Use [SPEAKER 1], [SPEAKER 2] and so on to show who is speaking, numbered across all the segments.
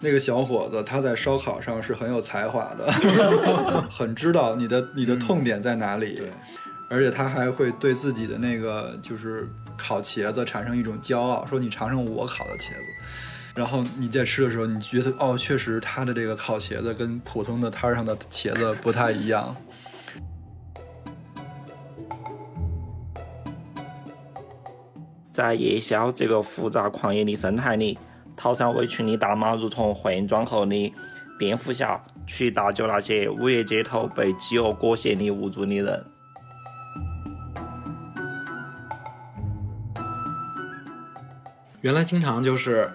[SPEAKER 1] 那个小伙子他在烧烤上是很有才华的，很知道你的你的痛点在哪里，
[SPEAKER 2] 对，
[SPEAKER 1] 而且他还会对自己的那个就是烤茄子产生一种骄傲，说你尝尝我烤的茄子。然后你在吃的时候，你觉得哦，确实他的这个烤茄子跟普通的摊儿上的茄子不太一样。
[SPEAKER 3] 在夜宵这个复杂狂野的生态里，逃上围裙的大妈如同换装后的蝙蝠侠，去搭救那些午夜街头被饥饿裹挟的无助的人。
[SPEAKER 2] 原来经常就是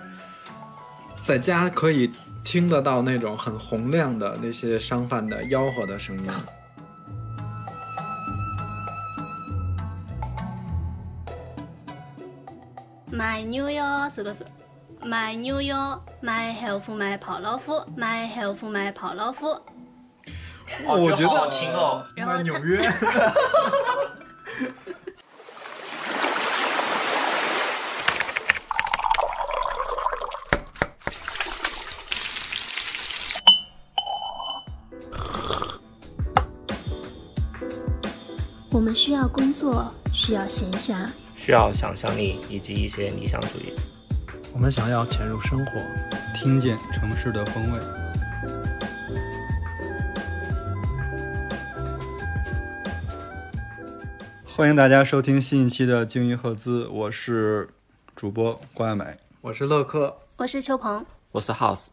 [SPEAKER 2] 在家可以听得到那种很洪亮的那些商贩的吆喝的声音。
[SPEAKER 4] 卖牛哟，是不是？卖牛哟，卖豆腐，卖泡老虎，卖豆腐，卖泡老虎。
[SPEAKER 2] 我觉得
[SPEAKER 3] 好听哦。
[SPEAKER 4] 然后
[SPEAKER 2] 在纽
[SPEAKER 4] 他
[SPEAKER 2] 约，
[SPEAKER 5] 我们需要工作，需要闲暇，
[SPEAKER 3] 需要想象力以及一些理想主义。
[SPEAKER 2] 我们想要潜入生活，
[SPEAKER 1] 听见城市的风味，欢迎大家收听新一期的《精英赫兹》，我是主播关爱美。
[SPEAKER 2] 我是乐克。
[SPEAKER 4] 我是邱鹏，
[SPEAKER 3] 我是 House，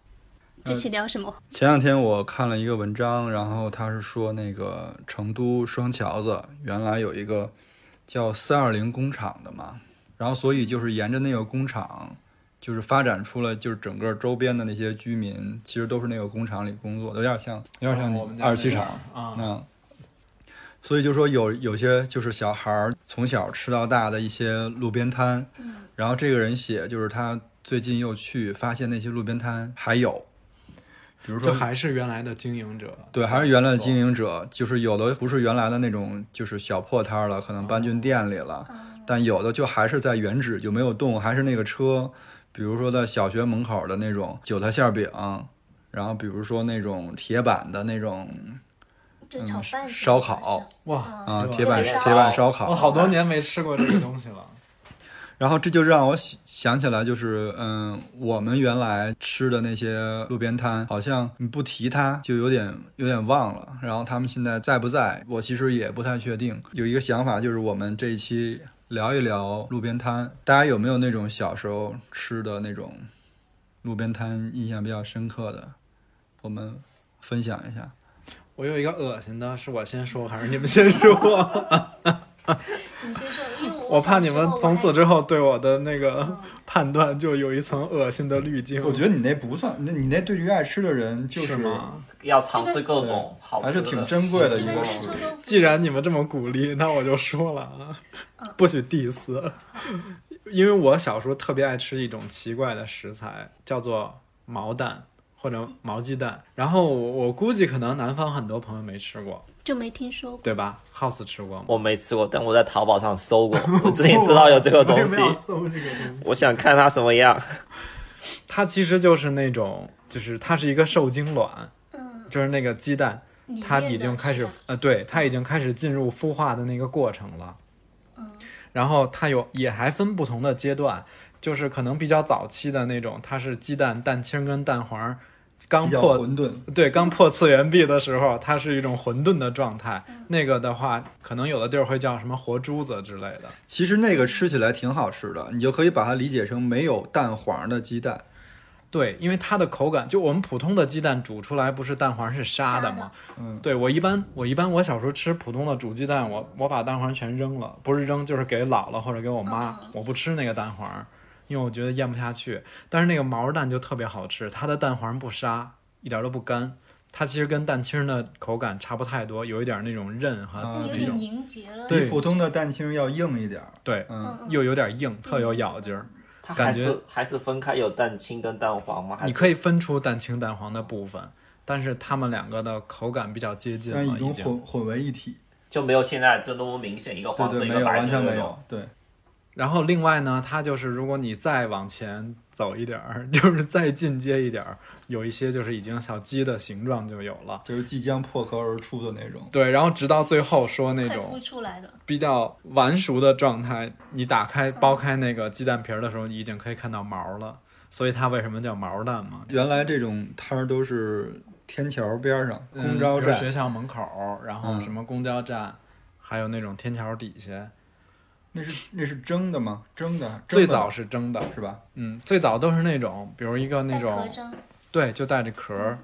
[SPEAKER 4] 这
[SPEAKER 2] 嗯
[SPEAKER 4] 期聊什么？
[SPEAKER 1] 前两天我看了一个文章，然后他是说那个成都双桥子原来有一个叫三二零工厂的嘛，然后所以就是沿着那个工厂，就是发展出了就是整个周边的那些居民其实都是那个工厂里工作的，有点像有点像
[SPEAKER 2] 哦我们
[SPEAKER 1] 你
[SPEAKER 2] 家那
[SPEAKER 1] 二
[SPEAKER 2] 个
[SPEAKER 1] 十七厂
[SPEAKER 2] 啊
[SPEAKER 1] 嗯，所以就说有有些就是小孩儿从小吃到大的一些路边摊，然后这个人写就是他最近又去发现那些路边摊还有。比如说
[SPEAKER 2] 就，还是原来的经营者，
[SPEAKER 1] 对，还是原来的经营者，就是有的不是原来的那种，就是小破摊儿了，可能搬
[SPEAKER 5] 哦
[SPEAKER 1] 进店里了，但有的就还是在原址就没有动，还是那个车，比如说在小学门口的那种韭菜馅儿饼，然后比如说那种铁板的那种嗯
[SPEAKER 5] 这
[SPEAKER 3] 嗯
[SPEAKER 5] 炒饭是
[SPEAKER 1] 烧
[SPEAKER 5] 吧
[SPEAKER 1] 烤
[SPEAKER 2] 哇，
[SPEAKER 1] 啊、
[SPEAKER 2] 是吧
[SPEAKER 1] 铁板
[SPEAKER 5] 铁板
[SPEAKER 1] 铁板
[SPEAKER 3] 烧
[SPEAKER 1] 烧烤，
[SPEAKER 2] 我好多年没吃过这个东西了。
[SPEAKER 1] 然后这就让我想想起来，就是嗯，我们原来吃的那些路边摊，好像你不提它就有点有点忘了。然后他们现在在不在，我其实也不太确定。有一个想法就是，我们这一期聊一聊路边摊，大家有没有那种小时候吃的那种路边摊印象比较深刻的？我们分享一下。
[SPEAKER 2] 我有一个恶心的，是我先说还是你们先 说？
[SPEAKER 5] 你先说，因为
[SPEAKER 2] 我怕你们从此之
[SPEAKER 5] 后
[SPEAKER 2] 后对我的那个判断就有一层恶心的滤镜。
[SPEAKER 1] 我觉得你那不算，那你那对于爱吃的人就是是
[SPEAKER 2] 吗？
[SPEAKER 3] 要尝试各种好吃
[SPEAKER 1] 还
[SPEAKER 3] 的，
[SPEAKER 1] 是挺珍贵的一个
[SPEAKER 5] 说
[SPEAKER 1] 事
[SPEAKER 5] 都不
[SPEAKER 2] 既然你们这么鼓励，那我就说了啊，不许 diss。因为我小时候特别爱吃一种奇怪的食材，叫做毛蛋或者毛鸡蛋。然后我我估计可能南方很多朋友没吃过，
[SPEAKER 4] 就没听说过。
[SPEAKER 2] 对吧？House 吃过吗？
[SPEAKER 3] 我没吃过，但我在淘宝上搜 过，我之前知道有这个东西，
[SPEAKER 2] 搜这个东西。
[SPEAKER 3] 我想看它什么样。
[SPEAKER 2] 它其实就是那种，就是它是一个受精卵，
[SPEAKER 5] 嗯，
[SPEAKER 2] 就是那个鸡蛋，
[SPEAKER 5] 里
[SPEAKER 2] 它
[SPEAKER 5] 面
[SPEAKER 2] 已
[SPEAKER 5] 的啊
[SPEAKER 2] 经
[SPEAKER 5] 是
[SPEAKER 2] 开始
[SPEAKER 5] 吧
[SPEAKER 2] 呃，对，它已经开始进入孵化的那个过程了。
[SPEAKER 5] 嗯
[SPEAKER 2] 然后它有也还分不同的阶段，就是可能比较早期的那种，它是鸡蛋、蛋清跟蛋黄刚
[SPEAKER 1] 比较
[SPEAKER 2] 破
[SPEAKER 1] 混沌。
[SPEAKER 2] 对，刚破次元壁的时候，它是一种混沌的状态。
[SPEAKER 5] 嗯
[SPEAKER 2] 那个的话，可能有的地儿会叫什么活珠子之类的。
[SPEAKER 1] 其实那个吃起来挺好吃的，你就可以把它理解成没有蛋黄的鸡蛋。
[SPEAKER 2] 对，因为它的口感，就我们普通的鸡蛋煮出来不是蛋黄是沙的吗？
[SPEAKER 1] 嗯，
[SPEAKER 2] 对我一般，我一般我小时候吃普通的煮鸡蛋，我我把蛋黄全扔了，不是扔就是给姥姥或者给我妈，我不吃那个蛋黄，因为我觉得咽不下去。但是那个毛蛋就特别好吃，它的蛋黄不沙，一点都不干，它其实跟蛋清的口感差不太多，有一点那种韧和
[SPEAKER 1] 啊
[SPEAKER 5] 有
[SPEAKER 2] 那
[SPEAKER 5] 点
[SPEAKER 2] 种，
[SPEAKER 5] 凝结了，
[SPEAKER 2] 对
[SPEAKER 1] 比普通的蛋清要硬一点儿。
[SPEAKER 2] 对，
[SPEAKER 1] 嗯，
[SPEAKER 2] 又有点硬，特有咬劲儿。
[SPEAKER 3] 它
[SPEAKER 2] 感
[SPEAKER 3] 还
[SPEAKER 2] 觉
[SPEAKER 3] 是还是分开有蛋清跟蛋黄吗？还
[SPEAKER 2] 你
[SPEAKER 3] 是
[SPEAKER 2] 可以分出蛋清蛋黄的部分，但是它们两个的口感比较接近了，
[SPEAKER 1] 但已
[SPEAKER 2] 已
[SPEAKER 1] 经
[SPEAKER 2] 经。
[SPEAKER 1] 混混为一体。
[SPEAKER 3] 就没有现在就那么明显一个
[SPEAKER 1] 对
[SPEAKER 3] 黄色
[SPEAKER 1] 对，
[SPEAKER 3] 一
[SPEAKER 1] 没
[SPEAKER 3] 个
[SPEAKER 1] 有，
[SPEAKER 3] 白
[SPEAKER 1] 完
[SPEAKER 3] 色
[SPEAKER 1] 全
[SPEAKER 3] 那
[SPEAKER 1] 没
[SPEAKER 3] 种。
[SPEAKER 1] 有。对，
[SPEAKER 2] 然后另外呢，它就是如果你再往前走一点儿， 就是再进阶一点儿，有一些就是已经小鸡的形状就有了。
[SPEAKER 1] 就是即将破壳而出的那种。
[SPEAKER 2] 对，然后直到最后说那
[SPEAKER 4] 快孵
[SPEAKER 2] 种
[SPEAKER 4] 出来的，
[SPEAKER 2] 比较完熟的状态，你打开剥开那个鸡蛋皮儿的时候，你已经可以看到毛了。所以它为什么叫毛蛋嘛？
[SPEAKER 1] 原来这种摊儿都是天桥边儿上、公
[SPEAKER 2] 嗯
[SPEAKER 1] 交
[SPEAKER 2] 比如
[SPEAKER 1] 站，
[SPEAKER 2] 学校门口儿，然后
[SPEAKER 1] 嗯
[SPEAKER 2] 什么公交站，还有那种天桥底下，
[SPEAKER 1] 那是那是蒸的吗？蒸的，蒸
[SPEAKER 2] 最
[SPEAKER 1] 的
[SPEAKER 2] 早是蒸的，
[SPEAKER 1] 是吧？
[SPEAKER 2] 嗯，最早都是那种，比如一个那
[SPEAKER 4] 带
[SPEAKER 2] 种
[SPEAKER 4] 壳，章，
[SPEAKER 2] 对，就带着壳儿，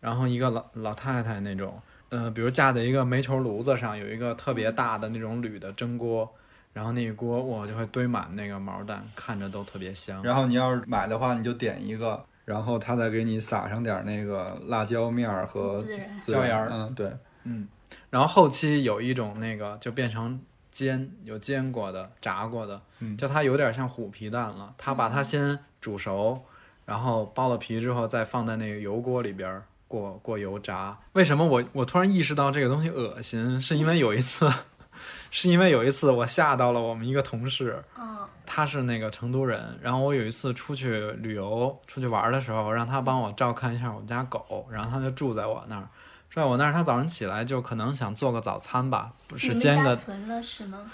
[SPEAKER 2] 然后一个老老太太那种，呃，比如架在一个煤球炉子上，有一个特别大的那种铝的蒸锅，然后那一锅我就会堆满那个毛蛋，看着都特别香。
[SPEAKER 1] 然后你要是买的话，你就点一个，然后他再给你撒上点儿那个辣椒面儿和
[SPEAKER 4] 孜然
[SPEAKER 1] 孜
[SPEAKER 2] 椒盐儿
[SPEAKER 1] 嗯，对，
[SPEAKER 2] 嗯，然后后期有一种那个就变成煎，有煎过的、炸过的，
[SPEAKER 1] 嗯
[SPEAKER 2] 就它有点像虎皮蛋了。它把
[SPEAKER 4] 嗯
[SPEAKER 2] 它先煮熟，然后剥了皮之后，再放在那个油锅里边儿过过油炸。为什么我我突然意识到这个东西恶心？是因为有一次， 是因为有一次我吓到了我们一个同事，
[SPEAKER 4] 嗯，
[SPEAKER 2] 他是那个成都人，然后我有一次出去旅游、出去玩的时候，让他帮我照看一下我们家狗，然后他就住在我那儿，住在我那儿。他早上起来就可能想做个早餐吧，不
[SPEAKER 4] 你
[SPEAKER 2] 是
[SPEAKER 4] 们
[SPEAKER 2] 煎
[SPEAKER 4] 家
[SPEAKER 2] 个，
[SPEAKER 4] 存了是吗？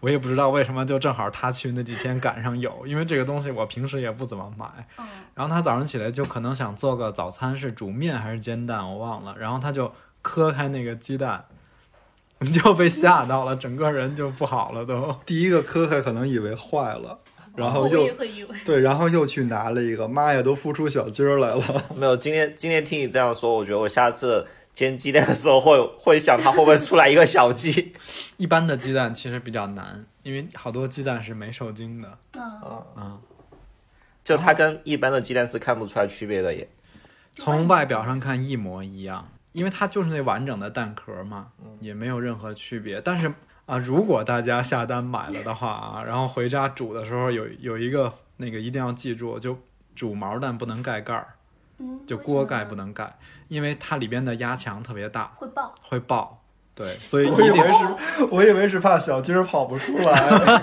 [SPEAKER 2] 我也不知道为什么，就正好他去那几天赶上有，因为这个东西我平时也不怎么买。
[SPEAKER 4] 嗯，
[SPEAKER 2] 然后他早上起来就可能想做个早餐，是煮面还是煎蛋，我忘了。然后他就磕开那个鸡蛋， 就被吓到了，整个人就不好了都。
[SPEAKER 1] 第一个磕开可能以为坏了，然后
[SPEAKER 4] 我
[SPEAKER 1] 又
[SPEAKER 4] 也会 以为，
[SPEAKER 1] 对，然后又去拿了一个，妈呀，都孵出小鸡儿来 了。
[SPEAKER 3] 没有，今天今天听你这样说，我觉得我下次煎鸡蛋的时候会会想它会不会出来一个小鸡。
[SPEAKER 2] 一般的鸡蛋其实比较难，因为好多鸡蛋是没受精的。
[SPEAKER 4] 嗯，
[SPEAKER 3] 就它跟一般的鸡蛋是看不出来区别的耶。
[SPEAKER 2] 从外表上看一模一样，因为它就是那完整的蛋壳嘛，也没有任何区别。但是啊，如果大家下单买了的话啊，然后回家煮的时候有有一个那个一定要记住，就煮毛蛋不能盖盖儿，
[SPEAKER 4] 嗯
[SPEAKER 2] 就
[SPEAKER 4] 为
[SPEAKER 2] 锅
[SPEAKER 4] 什么
[SPEAKER 2] 盖
[SPEAKER 4] 呢
[SPEAKER 2] 不能盖，因为它里边的压强特别大，
[SPEAKER 4] 会爆，
[SPEAKER 2] 会爆。对，所以一
[SPEAKER 1] 我以
[SPEAKER 2] 定
[SPEAKER 1] 为是，我以为是怕小鸡儿跑不出来。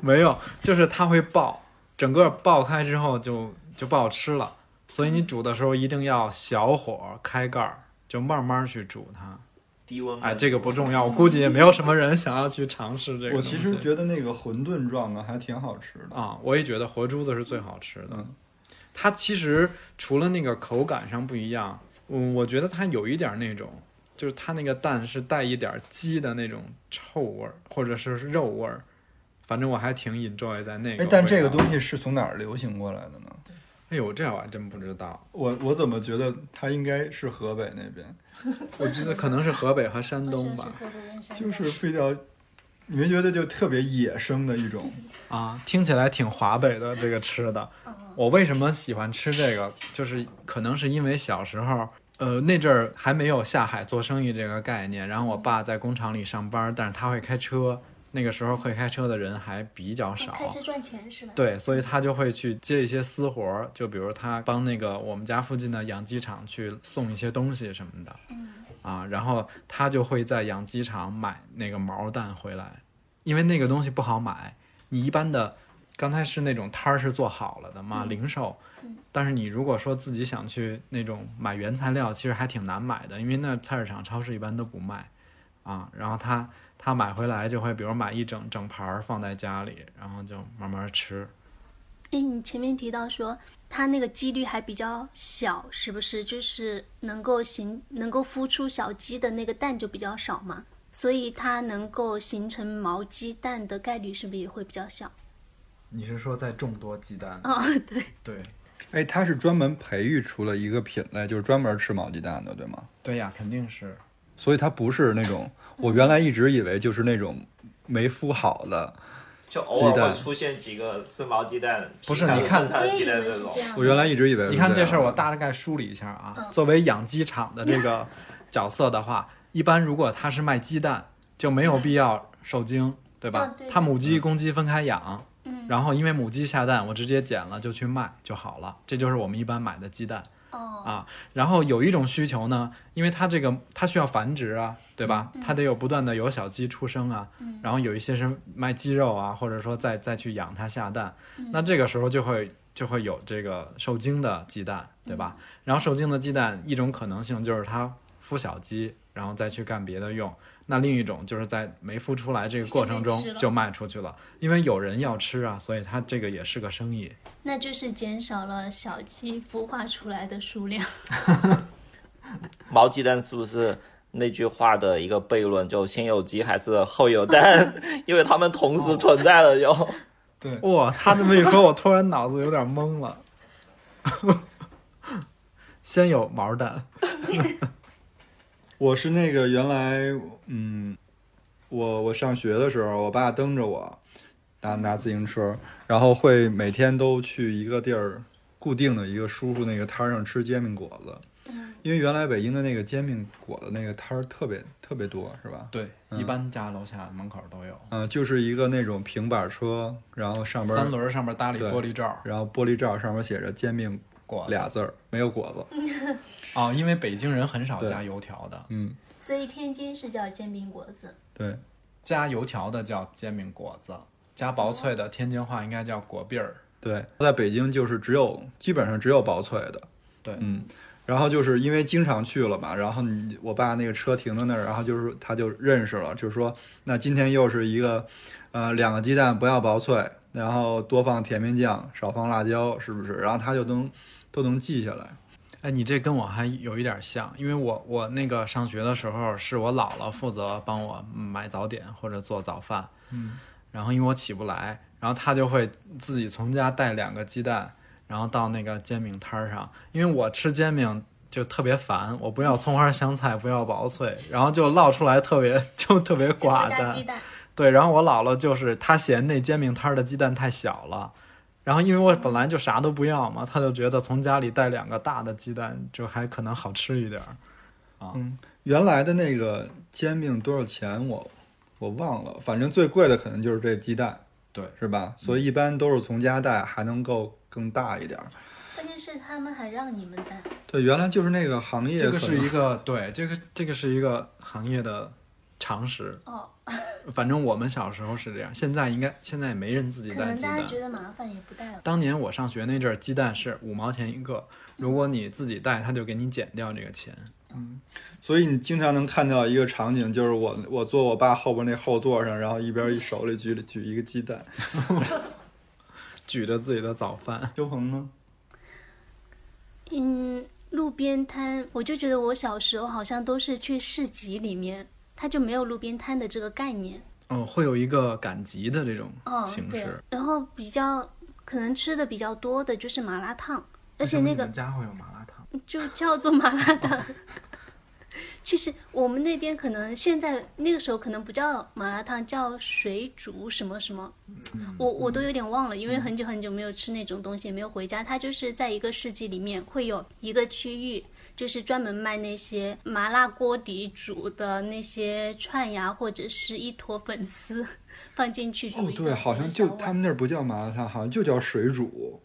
[SPEAKER 2] 没有，就是它会爆，整个爆开之后就就不好吃了。所以你煮的时候一定要小火开盖儿，就慢慢去煮它。
[SPEAKER 3] 低温
[SPEAKER 2] 哎，这个不重要，我估计也没有什么人想要去尝试这个
[SPEAKER 1] 我
[SPEAKER 2] 东西。
[SPEAKER 1] 其实觉得那个馄饨状的还挺好吃的。
[SPEAKER 2] 啊，我也觉得活珠子是最好吃的。
[SPEAKER 1] 嗯
[SPEAKER 2] 它其实除了那个口感上不一样，嗯，我觉得它有一点那种，就是它那个蛋是带一点鸡的那种臭味儿，或者是肉味儿。反正我还挺 enjoy 在那个味道。
[SPEAKER 1] 哎，但这个东西是从哪儿流行过来的呢？
[SPEAKER 2] 哎呦，这我还真不知道，
[SPEAKER 1] 我我怎么觉得它应该是河北那边，
[SPEAKER 2] 我觉得可能是河北和山
[SPEAKER 4] 为什
[SPEAKER 2] 东
[SPEAKER 4] 么是
[SPEAKER 2] 吧。
[SPEAKER 4] 河北人山
[SPEAKER 1] 就是比较，你没觉得就特别野生的一种？
[SPEAKER 2] 啊，听起来挺华北的这个吃的。
[SPEAKER 4] 嗯
[SPEAKER 2] 我为什么喜欢吃这个？就是可能是因为小时候，呃，那阵儿还没有下海做生意这个概念。然后我爸在工厂里上班，但是他会开车，那个时候会开车的人还比较
[SPEAKER 4] 大
[SPEAKER 2] 少。
[SPEAKER 4] 开车赚钱是吧？
[SPEAKER 2] 对，所以他就会去接一些私活儿，就比如他帮那个我们家附近的养鸡场去送一些东西什么的，
[SPEAKER 4] 嗯
[SPEAKER 2] 啊，然后他就会在养鸡场买那个毛蛋回来，因为那个东西不好买，你一般的刚才是那种摊儿是做好了的嘛，零售。但是你如果说自己想去那种买原材料，其实还挺难买的，因为那菜市场、超市一般都不卖，啊，然后他他买回来就会，比如买一整整盘儿放在家里，然后就慢慢吃。
[SPEAKER 5] 哎，你前面提到说它那个几率还比较小，是不是？就是能够形能够孵出小鸡的那个蛋就比较少嘛，所以它能够形成毛鸡蛋的概率是不是也会比较小？
[SPEAKER 2] 你是说在众多鸡蛋？
[SPEAKER 5] 哦，对，
[SPEAKER 2] 对
[SPEAKER 1] 哎，它是专门培育出了一个品类，就是专门吃毛鸡蛋的，对吗？
[SPEAKER 2] 对呀，肯定是。
[SPEAKER 1] 所以它不是那种，我原来一直以为就是那种没孵好的。
[SPEAKER 3] 就偶
[SPEAKER 1] 鸡
[SPEAKER 3] 尔
[SPEAKER 1] 蛋
[SPEAKER 3] 会出现几个是毛鸡蛋，
[SPEAKER 2] 不是
[SPEAKER 3] 皮蛋
[SPEAKER 2] 你看
[SPEAKER 3] 是它
[SPEAKER 4] 我
[SPEAKER 3] 的
[SPEAKER 4] 也
[SPEAKER 3] 鸡
[SPEAKER 4] 以
[SPEAKER 3] 蛋
[SPEAKER 4] 为
[SPEAKER 3] 这
[SPEAKER 4] 是
[SPEAKER 3] 种
[SPEAKER 4] 这。样的。
[SPEAKER 1] 我原来一直以为是
[SPEAKER 2] 你看
[SPEAKER 1] 这
[SPEAKER 2] 这
[SPEAKER 1] 样
[SPEAKER 2] 事儿，我
[SPEAKER 1] 的
[SPEAKER 2] 大概梳理一下啊
[SPEAKER 4] 嗯。
[SPEAKER 2] 作为养鸡场的这个角色的话，一般如果它是卖鸡蛋，就没有必要受精，对吧
[SPEAKER 4] 嗯对？
[SPEAKER 2] 它母鸡、公鸡分开养，
[SPEAKER 4] 嗯
[SPEAKER 2] 然后因为母鸡下蛋，我直接捡了就去卖就好了，这就是我们一般买的鸡蛋。
[SPEAKER 5] 哦，
[SPEAKER 2] 啊。然后有一种需求呢，因为它这个它需要繁殖啊，对吧？
[SPEAKER 4] 嗯
[SPEAKER 2] 它得有不断的有小鸡出生啊，然后有一些是卖鸡肉啊，或者说再再去养它下蛋，
[SPEAKER 5] 嗯
[SPEAKER 2] 那这个时候就会就会有这个受精的鸡蛋，
[SPEAKER 5] 嗯
[SPEAKER 2] 对吧？然后受精的鸡蛋一种可能性就是它孵小鸡，然后再去干别的用。那另一种就是在没孵出来这个过程中
[SPEAKER 5] 先被吃了
[SPEAKER 2] 就卖出去了，因为有人要吃啊，所以它这个也是个生意。
[SPEAKER 5] 那就是减少了小鸡孵化出来的数量。
[SPEAKER 3] 毛鸡蛋是不是那句话的一个悖论？就先有鸡还是后有蛋？ 因为它们同时存在了哟。
[SPEAKER 1] 对，
[SPEAKER 2] 哇，他这么一说，我突然脑子有点懵 了。先有毛蛋，
[SPEAKER 1] 我是那个原来，嗯，我我上学的时候，我爸蹬着我，拿拿自行车，然后会每天都去一个地儿，固定的一个叔叔那个摊儿上吃煎饼果子，因为原来北京的那个煎饼果子那个摊儿特别特别多，是吧？
[SPEAKER 2] 对，一般家楼下门口都有。
[SPEAKER 1] 嗯、就是一个那种平板车，然后上边
[SPEAKER 2] 三
[SPEAKER 1] 儿，
[SPEAKER 2] 轮上面搭了一
[SPEAKER 1] 对
[SPEAKER 2] 玻璃罩
[SPEAKER 1] 然后玻璃罩上面写着煎饼
[SPEAKER 2] 果子
[SPEAKER 1] 俩字儿，没有果子，
[SPEAKER 2] 哦，因为北京人很少
[SPEAKER 1] 对
[SPEAKER 2] 加油条的，
[SPEAKER 1] 嗯，
[SPEAKER 5] 所以天津是叫煎饼果子，
[SPEAKER 1] 对，
[SPEAKER 2] 加油条的叫煎饼果子，加薄脆的天津话应该叫果篦儿。
[SPEAKER 1] 对，在北京就是只有基本上只有薄脆的，
[SPEAKER 2] 对，
[SPEAKER 1] 嗯，然后就是因为经常去了嘛，然后你我爸那个车停在那儿，然后就是他就认识了，就是说那今天又是一个，呃，两个鸡蛋不要薄脆，然后多放甜面酱，少放辣椒，是不是？然后他就能都能记下来。
[SPEAKER 2] 哎，你这跟我还有一点像，因为我我那个上学的时候是我姥姥负责帮我买早点或者做早饭，
[SPEAKER 1] 嗯，
[SPEAKER 2] 然后因为我起不来，然后她就会自己从家带两个鸡蛋，然后到那个煎饼摊儿上，因为我吃煎饼就特别烦，我不要葱花香菜，不要薄脆，然后就烙出来特别就特别
[SPEAKER 5] 就
[SPEAKER 2] 寡
[SPEAKER 5] 不加
[SPEAKER 2] 淡
[SPEAKER 5] 鸡，蛋。
[SPEAKER 2] 对，然后我姥姥就是她嫌那煎饼摊儿的鸡蛋太小了，然后因为我本来就啥都不要嘛，她就觉得从家里带两个大的鸡蛋就还可能好吃一点儿。
[SPEAKER 1] 原来的那个煎饼多少钱我我忘了，反正最贵的可能就是这鸡蛋，
[SPEAKER 2] 对，嗯
[SPEAKER 1] 是吧？所以一般都是从家带，还能够更大一点儿。
[SPEAKER 5] 关键是他们还让你们带，
[SPEAKER 1] 对，原来就是那个行业
[SPEAKER 2] 这个
[SPEAKER 1] 可
[SPEAKER 2] 是
[SPEAKER 1] 能
[SPEAKER 2] 一个对，这个这个是一个行业的常识。
[SPEAKER 5] 哦，
[SPEAKER 2] 反正我们小时候是这样，现在应该现在也没人自己
[SPEAKER 5] 可
[SPEAKER 2] 带
[SPEAKER 5] 能
[SPEAKER 2] 鸡
[SPEAKER 5] 大
[SPEAKER 2] 蛋
[SPEAKER 5] 家。觉得麻烦也不带了。
[SPEAKER 2] 当年我上学那阵儿，鸡蛋是五毛钱一个，如果你自己带，他就给你减掉这个钱。
[SPEAKER 1] 所以你经常能看到一个场景，就是我我坐我爸后边那后座上，然后一边一手里举举一个鸡蛋。
[SPEAKER 2] 举着自己的早饭，
[SPEAKER 1] 刘鹏呢？
[SPEAKER 5] 嗯，
[SPEAKER 4] 路边摊，我就觉得我小时候好像都是去市集里面，它就没有路边摊的这个概念。
[SPEAKER 2] 嗯，会有一个赶集的这种
[SPEAKER 5] 哦
[SPEAKER 2] 形
[SPEAKER 5] 对
[SPEAKER 2] 式。
[SPEAKER 4] 然后比较可能吃的比较多的就是麻辣烫，而
[SPEAKER 2] 为
[SPEAKER 4] 且
[SPEAKER 2] 什么
[SPEAKER 4] 那
[SPEAKER 2] 你
[SPEAKER 4] 个
[SPEAKER 2] 们家会有麻辣烫，
[SPEAKER 4] 就叫做麻辣烫。 其实我们那边可能现在那个时候可能不叫麻辣烫，叫水煮什么什么，
[SPEAKER 1] 嗯
[SPEAKER 4] 我我都有点忘了，因为很久很久没有吃那种东西，也没有回家。它就是在一个市集里面会有一个区域，就是专门卖那些麻辣锅底煮的那些串呀，或者是一坨粉丝 放进去煮
[SPEAKER 1] 哦
[SPEAKER 4] 一，个
[SPEAKER 1] 对，好像就
[SPEAKER 4] 小碗
[SPEAKER 1] 他们那儿不叫麻辣烫，好像就叫水煮。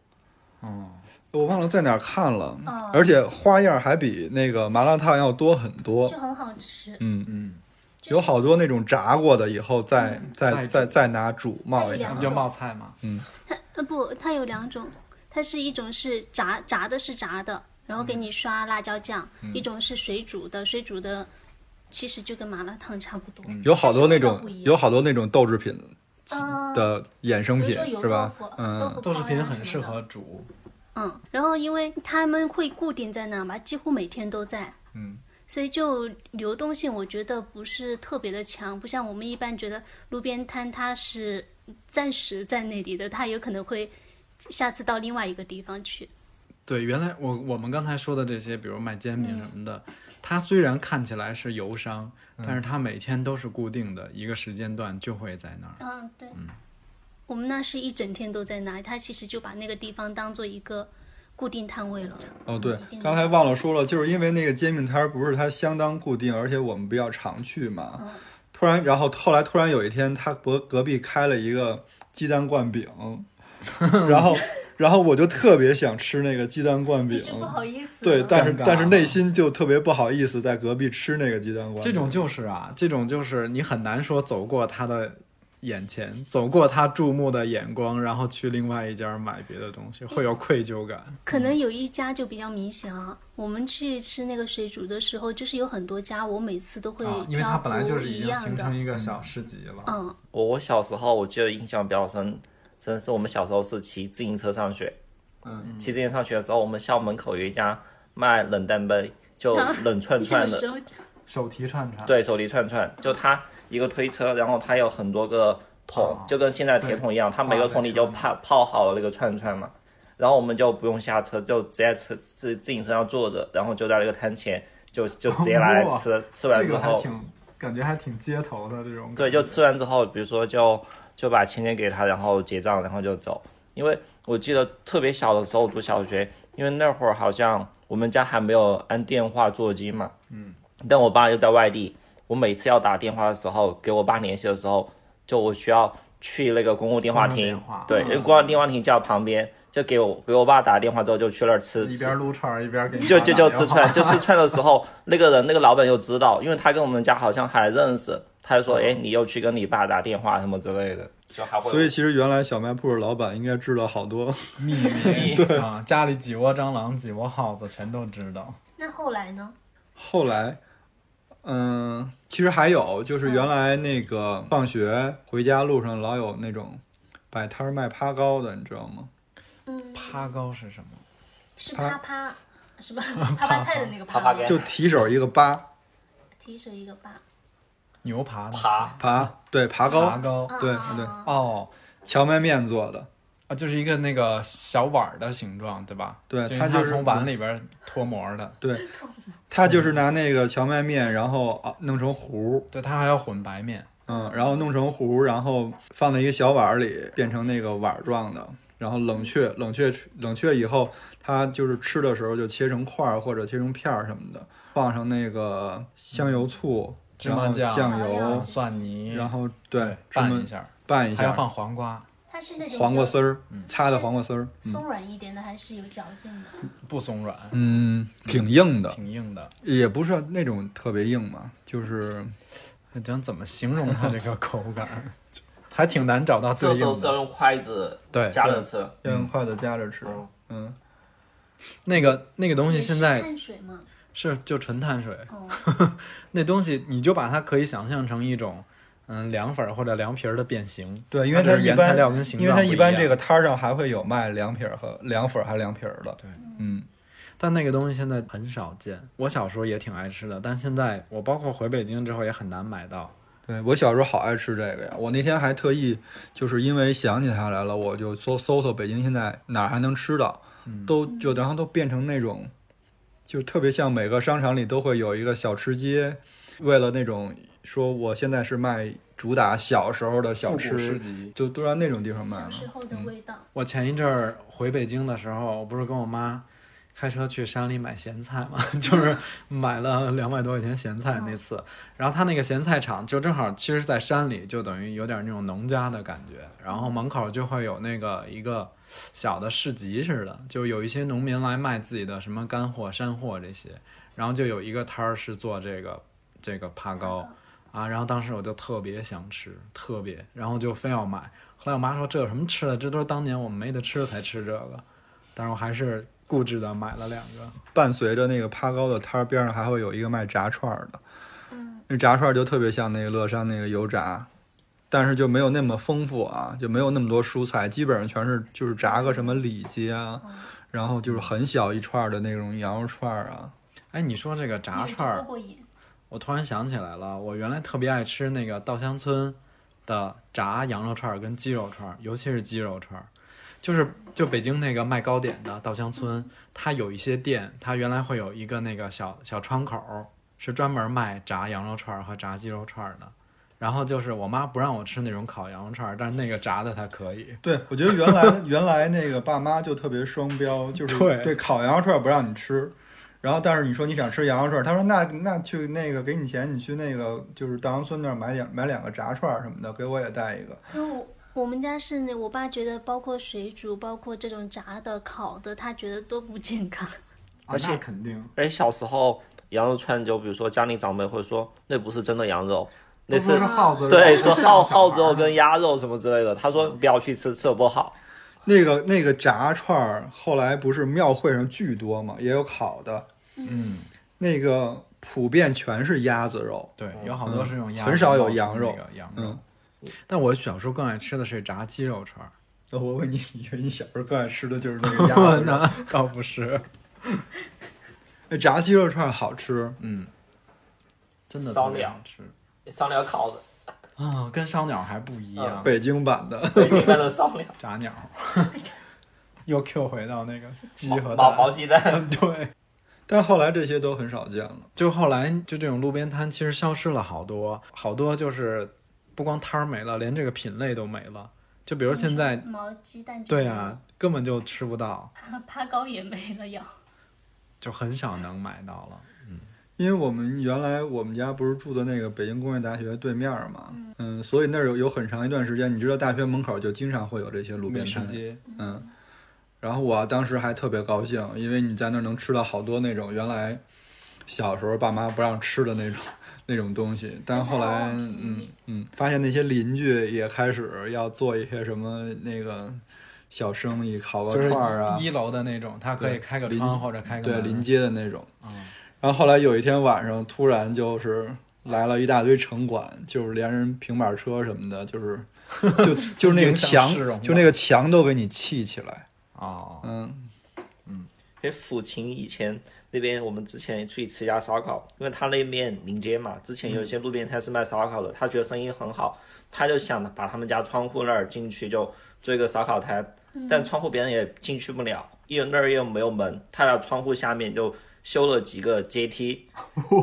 [SPEAKER 2] 嗯，
[SPEAKER 1] 我忘了在哪儿看了，
[SPEAKER 4] 哦
[SPEAKER 1] 而且花样还比那个麻辣烫要多很多
[SPEAKER 5] 就。很好吃。
[SPEAKER 1] 嗯
[SPEAKER 2] 嗯，
[SPEAKER 1] 有好多那种炸过的，以后再
[SPEAKER 5] 嗯
[SPEAKER 2] 再
[SPEAKER 1] 再
[SPEAKER 2] 煮
[SPEAKER 1] 再再拿煮冒一
[SPEAKER 5] 哎
[SPEAKER 1] 下
[SPEAKER 5] 呀
[SPEAKER 2] 那。不就冒菜吗？
[SPEAKER 4] 呃，不，它有两种，它是一种是炸炸的，是炸的，然后给你刷辣椒酱；一种是水煮的，水煮的其实就跟麻辣烫差不多。
[SPEAKER 1] 有好多那
[SPEAKER 5] 但是味道不
[SPEAKER 1] 种
[SPEAKER 5] 一样
[SPEAKER 1] 有好多那种豆制品
[SPEAKER 5] 啊，
[SPEAKER 1] 的衍生
[SPEAKER 5] 比如
[SPEAKER 1] 品
[SPEAKER 5] 说油
[SPEAKER 1] 是吧
[SPEAKER 5] 豆腐？
[SPEAKER 1] 嗯，
[SPEAKER 5] 豆
[SPEAKER 2] 豆
[SPEAKER 5] 腐
[SPEAKER 2] 制
[SPEAKER 5] 泡
[SPEAKER 2] 品
[SPEAKER 5] 呀
[SPEAKER 2] 很
[SPEAKER 5] 什
[SPEAKER 2] 适
[SPEAKER 5] 么的
[SPEAKER 2] 合煮，
[SPEAKER 4] 嗯，然后因为他们会固定在那吧，几乎每天都在。
[SPEAKER 2] 嗯。
[SPEAKER 4] 所以就流动性，我觉得不是特别的强，不像我们一般觉得路边摊它是暂时在那里的，它有可能会下次到另外一个地方去。
[SPEAKER 2] 对，原来我我们刚才说的这些，比如卖煎饼什么的，它虽然看起来是油商，但是它每天都是固定的一个时间段就会在那儿。
[SPEAKER 5] 嗯，对，
[SPEAKER 4] 我们那是一整天都在那，他其实就把那个地方当做一个固定摊位了。
[SPEAKER 1] 哦，
[SPEAKER 5] 嗯
[SPEAKER 1] 对，刚才忘了说了，就是因为那个煎饼摊儿不是它相当固定，而且我们比较常去嘛。
[SPEAKER 5] 嗯
[SPEAKER 1] 突然，然后后来突 然有一天，他隔隔壁开了一个鸡蛋灌饼，然后然后我就特别想吃那个鸡蛋灌饼
[SPEAKER 5] 一直，不好意思。
[SPEAKER 1] 对，但是
[SPEAKER 2] 尴尬啊
[SPEAKER 1] 但是内心就特别不好意思在隔壁吃那个鸡蛋灌饼。
[SPEAKER 2] 这种就是啊，这种就是你很难说走过他的眼前，走过他注目的眼光，然后去另外一家买别的东西，会有愧疚感。
[SPEAKER 4] 可能有一家就比较明显啊。我们去吃那个水煮的时候，就是有很多家，我每次都会
[SPEAKER 2] 啊，因为它
[SPEAKER 4] 挑
[SPEAKER 2] 本来
[SPEAKER 4] 不
[SPEAKER 2] 就是已
[SPEAKER 4] 一
[SPEAKER 2] 经
[SPEAKER 4] 样
[SPEAKER 2] 形
[SPEAKER 4] 的。
[SPEAKER 2] 成一嗯个小市集了。
[SPEAKER 4] 嗯，
[SPEAKER 3] 我我小时候我记得印象比较深，真是我们小时候是骑自行车上学。
[SPEAKER 2] 嗯，
[SPEAKER 3] 骑自行车上学的时候，我们校门口有一家卖冷蛋杯，就冷串
[SPEAKER 4] 小
[SPEAKER 3] 串的，
[SPEAKER 4] 时候就
[SPEAKER 2] 手提串串，，
[SPEAKER 3] 对，手提串串，就它一个推车，然后它有很多个桶
[SPEAKER 2] 哦，
[SPEAKER 3] 就跟现在铁桶一样，它每
[SPEAKER 2] 啊
[SPEAKER 3] 个桶里就泡泡好了那个串串嘛。然后我们就不用下车，就直接吃自自行车上坐着，然后就在那个摊前就就直接拿 来吃，吃完
[SPEAKER 2] 这
[SPEAKER 3] 之
[SPEAKER 2] 个还
[SPEAKER 3] 后，
[SPEAKER 2] 挺感觉还挺街头的这种感觉。
[SPEAKER 3] 对，就吃完之后，比如说就就把钱钱给他，然后结账，然后就走。因为我记得特别小的时候读小学，因为那会儿好像我们家还没有安电话座机嘛，嗯，但我爸又在外地，我每次要打电话的时候，给我爸联系的时候，就我需要去那个公共电话
[SPEAKER 2] 公共
[SPEAKER 3] 亭
[SPEAKER 2] 电话，嗯
[SPEAKER 3] 对，因为公共电话亭就在旁边，就给我给我爸打电话之后就去那儿吃
[SPEAKER 2] 一
[SPEAKER 3] 吃
[SPEAKER 2] 边撸串儿一边给你
[SPEAKER 3] 就
[SPEAKER 2] 打
[SPEAKER 3] 就
[SPEAKER 2] 电
[SPEAKER 3] 就
[SPEAKER 2] 话
[SPEAKER 3] 吃串，就吃串的时候，那个人那个老板又知道，因为他跟我们家好像还认识，他就说，
[SPEAKER 2] 嗯
[SPEAKER 3] 哎，你又去跟你爸打电话什么之类的，就还会
[SPEAKER 1] 所以其实原来小卖部的老板应该知道好多，
[SPEAKER 2] 秘密对啊，家里几窝蟑螂几窝耗子全都知道。
[SPEAKER 5] 那后来呢？
[SPEAKER 1] 后来，嗯，其实还有就是原来那个放学回家路上老有那种摆摊儿卖趴糕的，你知道吗？
[SPEAKER 5] 嗯，
[SPEAKER 2] 趴糕是什么？
[SPEAKER 5] 是
[SPEAKER 1] 啪
[SPEAKER 5] 啪啪，是吧？啪啪菜的那个
[SPEAKER 3] 啪啪
[SPEAKER 5] 啪
[SPEAKER 3] 干
[SPEAKER 1] 就提手一个扒
[SPEAKER 5] 提手一个啪。
[SPEAKER 2] 牛扒呢？
[SPEAKER 3] 爬
[SPEAKER 1] 爬，对，爬
[SPEAKER 2] 爬
[SPEAKER 1] 糕，
[SPEAKER 2] 糕
[SPEAKER 1] 对
[SPEAKER 5] 啊
[SPEAKER 1] 对，
[SPEAKER 2] 哦
[SPEAKER 1] 荞麦面做的，
[SPEAKER 2] 啊，就是一个那个小碗儿的形状，对吧？
[SPEAKER 1] 对
[SPEAKER 2] 就是
[SPEAKER 1] 它
[SPEAKER 2] 它
[SPEAKER 1] 就是
[SPEAKER 2] 从碗里边儿脱模的，
[SPEAKER 1] 对，他就是拿那个荞麦面，然后啊弄成糊儿，
[SPEAKER 2] 对，它还要混白面。
[SPEAKER 1] 嗯，然后弄成糊儿，然后放在一个小碗儿里，变成那个碗儿状的，然后冷却，冷却，冷却以后，它就是吃的时候就切成块儿或者切成片儿什么的，放上那个香油醋，
[SPEAKER 2] 芝
[SPEAKER 1] 然
[SPEAKER 2] 麻
[SPEAKER 1] 后
[SPEAKER 2] 酱
[SPEAKER 1] 酱
[SPEAKER 2] 嗯
[SPEAKER 1] 油，
[SPEAKER 2] 蒜泥，
[SPEAKER 1] 哦然后对，芝麻
[SPEAKER 2] 拌一下儿，
[SPEAKER 1] 拌一
[SPEAKER 2] 还要
[SPEAKER 1] 下，
[SPEAKER 2] 放黄瓜，
[SPEAKER 5] 它是那种
[SPEAKER 1] 黄瓜
[SPEAKER 5] 比较
[SPEAKER 1] 丝儿，擦的黄瓜丝儿，嗯
[SPEAKER 5] 松软一点的，还是有嚼劲的。
[SPEAKER 2] 不松软，
[SPEAKER 1] 嗯，挺硬的，
[SPEAKER 2] 挺硬 的。
[SPEAKER 1] 也不是那种特别硬嘛，就是
[SPEAKER 2] 讲怎么形容它这个口感， 还挺难找到最
[SPEAKER 3] 这时候
[SPEAKER 2] 硬
[SPEAKER 3] 是要
[SPEAKER 2] 的。
[SPEAKER 3] 用筷子
[SPEAKER 2] 对，
[SPEAKER 3] 夹着吃，
[SPEAKER 1] 要用筷子夹着吃，嗯，
[SPEAKER 2] 那个那个东西
[SPEAKER 5] 也
[SPEAKER 2] 现
[SPEAKER 5] 是
[SPEAKER 2] 在
[SPEAKER 5] 碳水嘛，
[SPEAKER 2] 是就纯碳水，
[SPEAKER 5] 哦，
[SPEAKER 2] 那东西你就把它可以想象成一种，嗯，凉粉儿或者凉皮儿的变形。
[SPEAKER 1] 对，因为
[SPEAKER 2] 它
[SPEAKER 1] 它
[SPEAKER 2] 只是
[SPEAKER 1] 一
[SPEAKER 2] 原
[SPEAKER 1] 般
[SPEAKER 2] 材料跟形状
[SPEAKER 1] 因为它
[SPEAKER 2] 不
[SPEAKER 1] 一
[SPEAKER 2] 一
[SPEAKER 1] 般
[SPEAKER 2] 样
[SPEAKER 1] 这个摊儿上还会有卖凉皮儿和凉粉儿还凉皮儿的。
[SPEAKER 2] 对，
[SPEAKER 1] 嗯，
[SPEAKER 2] 但那个东西现在很少见，我小时候也挺爱吃的，但现在我包括回北京之后也很难买到。
[SPEAKER 1] 对我小时候好爱吃这个呀，我那天还特意就是因为想起它来了，我就搜搜搜北京现在哪儿还能吃到，
[SPEAKER 2] 嗯
[SPEAKER 1] 都就然后都变成那种，就特别像每个商场里都会有一个小吃街，为了那种说我现在是卖主打小时候的小吃，
[SPEAKER 2] 集。
[SPEAKER 1] 就都让那种地方卖
[SPEAKER 5] 小
[SPEAKER 1] 了。
[SPEAKER 5] 时候的
[SPEAKER 2] 嗯
[SPEAKER 5] 味道。
[SPEAKER 2] 我前一阵儿回北京的时候，我不是跟我妈开车去山里买咸菜嘛， 就是买了两百多块钱咸菜那次。然后他那个咸菜厂就正好，其实，在山里就等于有点那种农家的感觉。然后门口就会有那个一个小的市集似的，就有一些农民来卖自己的什么干货、山货这些。然后就有一个摊儿是做这个这个帕糕啊，然后当时我就特别想吃，特别，然后就非要买。后来我妈说这有什么吃的，这都是当年我们没得吃才吃这个，但是我还是固执的买了两个。
[SPEAKER 1] 伴随着那个趴糕的摊儿边上还会有一个卖炸串儿的，嗯，那炸串儿就特别像那个乐山那个油炸，但是就没有那么丰富啊，就没有那么多蔬菜，基本上全是就是炸个什么里脊啊，然后就是很小一串儿的那种羊肉串儿啊，
[SPEAKER 2] 哎，你说这个炸串
[SPEAKER 5] 你有吃
[SPEAKER 2] 儿，
[SPEAKER 5] 过瘾，
[SPEAKER 2] 我突然想起来了，我原来特别爱吃那个稻香村的炸羊肉串儿跟鸡肉串儿，尤其是鸡肉串儿，就是就北京那个卖糕点的稻香村，它有一些店，它原来会有一个那个小小窗口儿，是专门卖炸羊肉串儿和炸鸡肉串儿的。然后就是我妈不让我吃那种烤羊肉串儿，但是那个炸的它可以。
[SPEAKER 1] 对我觉得原来原来那个爸妈就特别双标，就是
[SPEAKER 2] 对
[SPEAKER 1] 对烤羊肉串儿不让你吃。然后，但是你说你想吃羊肉串儿，他说那那去那个给你钱，你去那个就是稻香村那儿买两买两个炸串儿什么的，给我也带一个。
[SPEAKER 5] 因为我
[SPEAKER 4] 我们家是那，我爸觉得包括水煮，包括这种炸的、烤的，他觉得都不健康。
[SPEAKER 2] 而且肯定
[SPEAKER 3] 哎，小时候羊肉串就比如说家里长辈会说那不是真的羊肉，那
[SPEAKER 2] 都说是耗 子肉，
[SPEAKER 3] 对说耗
[SPEAKER 2] 耗
[SPEAKER 3] 耗子肉跟鸭肉什么之类的，他说你不要去吃，吃了不好。
[SPEAKER 1] 那个那个炸串儿后来不是庙会上巨多嘛，也有烤的，
[SPEAKER 2] 嗯，
[SPEAKER 1] 那个普遍全是鸭子肉，
[SPEAKER 2] 对，有好多是用鸭
[SPEAKER 1] 嗯
[SPEAKER 2] 肉，
[SPEAKER 1] 很少有羊肉
[SPEAKER 2] 那个羊肉
[SPEAKER 1] 嗯。。
[SPEAKER 2] 但我小时候更爱吃的是炸鸡肉串儿，
[SPEAKER 1] 那我问你，你你小时候更爱吃的就是那 个鸭子肉，
[SPEAKER 2] 倒不是，
[SPEAKER 1] 那炸鸡肉串儿好吃，
[SPEAKER 2] 嗯，真的
[SPEAKER 3] 烧
[SPEAKER 2] 特别
[SPEAKER 3] 鸟
[SPEAKER 2] 好吃
[SPEAKER 3] 上了烤的，
[SPEAKER 2] 啊，跟烧鸟还不一
[SPEAKER 3] 嗯
[SPEAKER 2] 样，
[SPEAKER 1] 北京版的。
[SPEAKER 3] 北京的上了
[SPEAKER 2] 炸鸟， 又 Q 回到那个鸡和
[SPEAKER 3] 毛毛
[SPEAKER 2] 蛋，
[SPEAKER 3] 鸡蛋。
[SPEAKER 2] 对，
[SPEAKER 1] 但后来这些都很少见了。
[SPEAKER 2] 就后来就这种路边摊其实消失了好多，好多就是不光摊儿没了，连这个品类都没了。就比如现
[SPEAKER 3] 嗯
[SPEAKER 2] 在，
[SPEAKER 4] 毛鸡蛋
[SPEAKER 2] 对啊，根本就吃不到，
[SPEAKER 4] 爬高也没了要。
[SPEAKER 2] 就很少能买到了。
[SPEAKER 1] 因为我们原来我们家不是住的那个北京工业大学对面儿嘛，嗯，所以那儿有有很长一段时间，你知道大学门口就经常会有这些路
[SPEAKER 2] 美
[SPEAKER 1] 边
[SPEAKER 2] 食
[SPEAKER 1] 摊，
[SPEAKER 2] 街，
[SPEAKER 1] 嗯，然后我当时还特别高兴，因为你在那儿能吃到好多那种原来小时候爸妈不让吃的那种 那种东西，但后来嗯嗯，发现那些邻居也开始要做一些什么那个小生意，烤个
[SPEAKER 2] 就是
[SPEAKER 1] 串儿啊，
[SPEAKER 2] 一楼的那种，它可以
[SPEAKER 1] 对
[SPEAKER 2] 开个
[SPEAKER 1] 临
[SPEAKER 2] 窗或者开个
[SPEAKER 1] 对
[SPEAKER 2] 门
[SPEAKER 1] 临街的那种。
[SPEAKER 2] 嗯
[SPEAKER 1] 然后后来有一天晚上，突然就是来了一大堆城管，就是连人平板车什么的，就是 就就是那个
[SPEAKER 2] 影响
[SPEAKER 1] 墙
[SPEAKER 2] 市容，
[SPEAKER 1] 就那个墙都给你砌起来。
[SPEAKER 2] 哦，
[SPEAKER 1] 嗯，
[SPEAKER 3] 因为抚琴以前那边，我们之前去吃一家烧烤，因为他那面临街嘛，之前有一些路边摊是卖烧烤的，他觉得生意很好，他就想把他们家窗户那儿进去就做一个烧烤摊，
[SPEAKER 2] 嗯
[SPEAKER 3] 但窗户别人也进去不了，又那儿又没有门，他在窗户下面就修了几个阶 梯，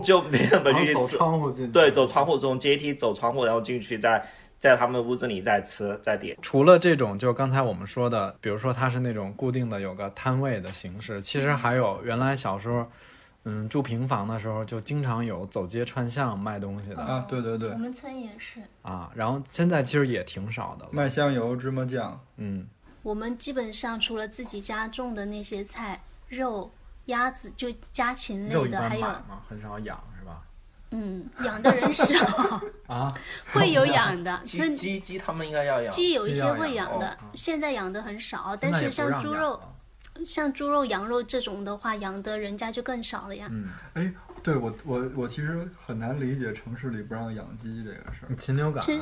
[SPEAKER 3] 就没人
[SPEAKER 2] 然
[SPEAKER 3] 们
[SPEAKER 2] 后
[SPEAKER 3] 去
[SPEAKER 2] 走
[SPEAKER 3] 吃。
[SPEAKER 2] 窗户进去，
[SPEAKER 3] 对，走窗户从阶梯走窗户，然后进去再在他们屋子里再吃再点。
[SPEAKER 2] 除了这种，就刚才我们说的，比如说它是那种固定的有个摊位的形式，其实还有原来小时候，嗯，住平房的时候就经常有走街串巷卖东西的
[SPEAKER 1] 啊，对对对
[SPEAKER 4] 我，们村也是，
[SPEAKER 2] 啊，然后现在其实也挺少的了，
[SPEAKER 1] 卖香油、芝麻酱，
[SPEAKER 2] 嗯，
[SPEAKER 4] 我们基本上除了自己家种的那些菜、肉、鸭子，就家禽
[SPEAKER 2] 肉
[SPEAKER 4] 类
[SPEAKER 2] 一
[SPEAKER 4] 的，
[SPEAKER 2] 般
[SPEAKER 4] 还
[SPEAKER 2] 买
[SPEAKER 4] 有
[SPEAKER 2] 嘛，很少养是吧？
[SPEAKER 4] 嗯，养的人少，
[SPEAKER 2] 啊，
[SPEAKER 4] 会有 养的，
[SPEAKER 3] 鸡
[SPEAKER 4] 村
[SPEAKER 3] 鸡鸡他们应该要养，
[SPEAKER 4] 鸡有一
[SPEAKER 2] 鸡
[SPEAKER 4] 些
[SPEAKER 2] 要
[SPEAKER 4] 会
[SPEAKER 2] 养
[SPEAKER 4] 养的
[SPEAKER 3] 哦，
[SPEAKER 4] 现在养的很少，
[SPEAKER 2] 现
[SPEAKER 4] 但
[SPEAKER 2] 在也
[SPEAKER 4] 是
[SPEAKER 2] 不让
[SPEAKER 4] 像猪
[SPEAKER 2] 养
[SPEAKER 4] 肉、
[SPEAKER 2] 了
[SPEAKER 4] 像猪肉、羊肉这种的话，养的人家就更少了呀。
[SPEAKER 2] 嗯，
[SPEAKER 1] 哎，对我我我其实很难理解城市里不让养鸡这个事儿。
[SPEAKER 2] 禽流感，
[SPEAKER 4] 其实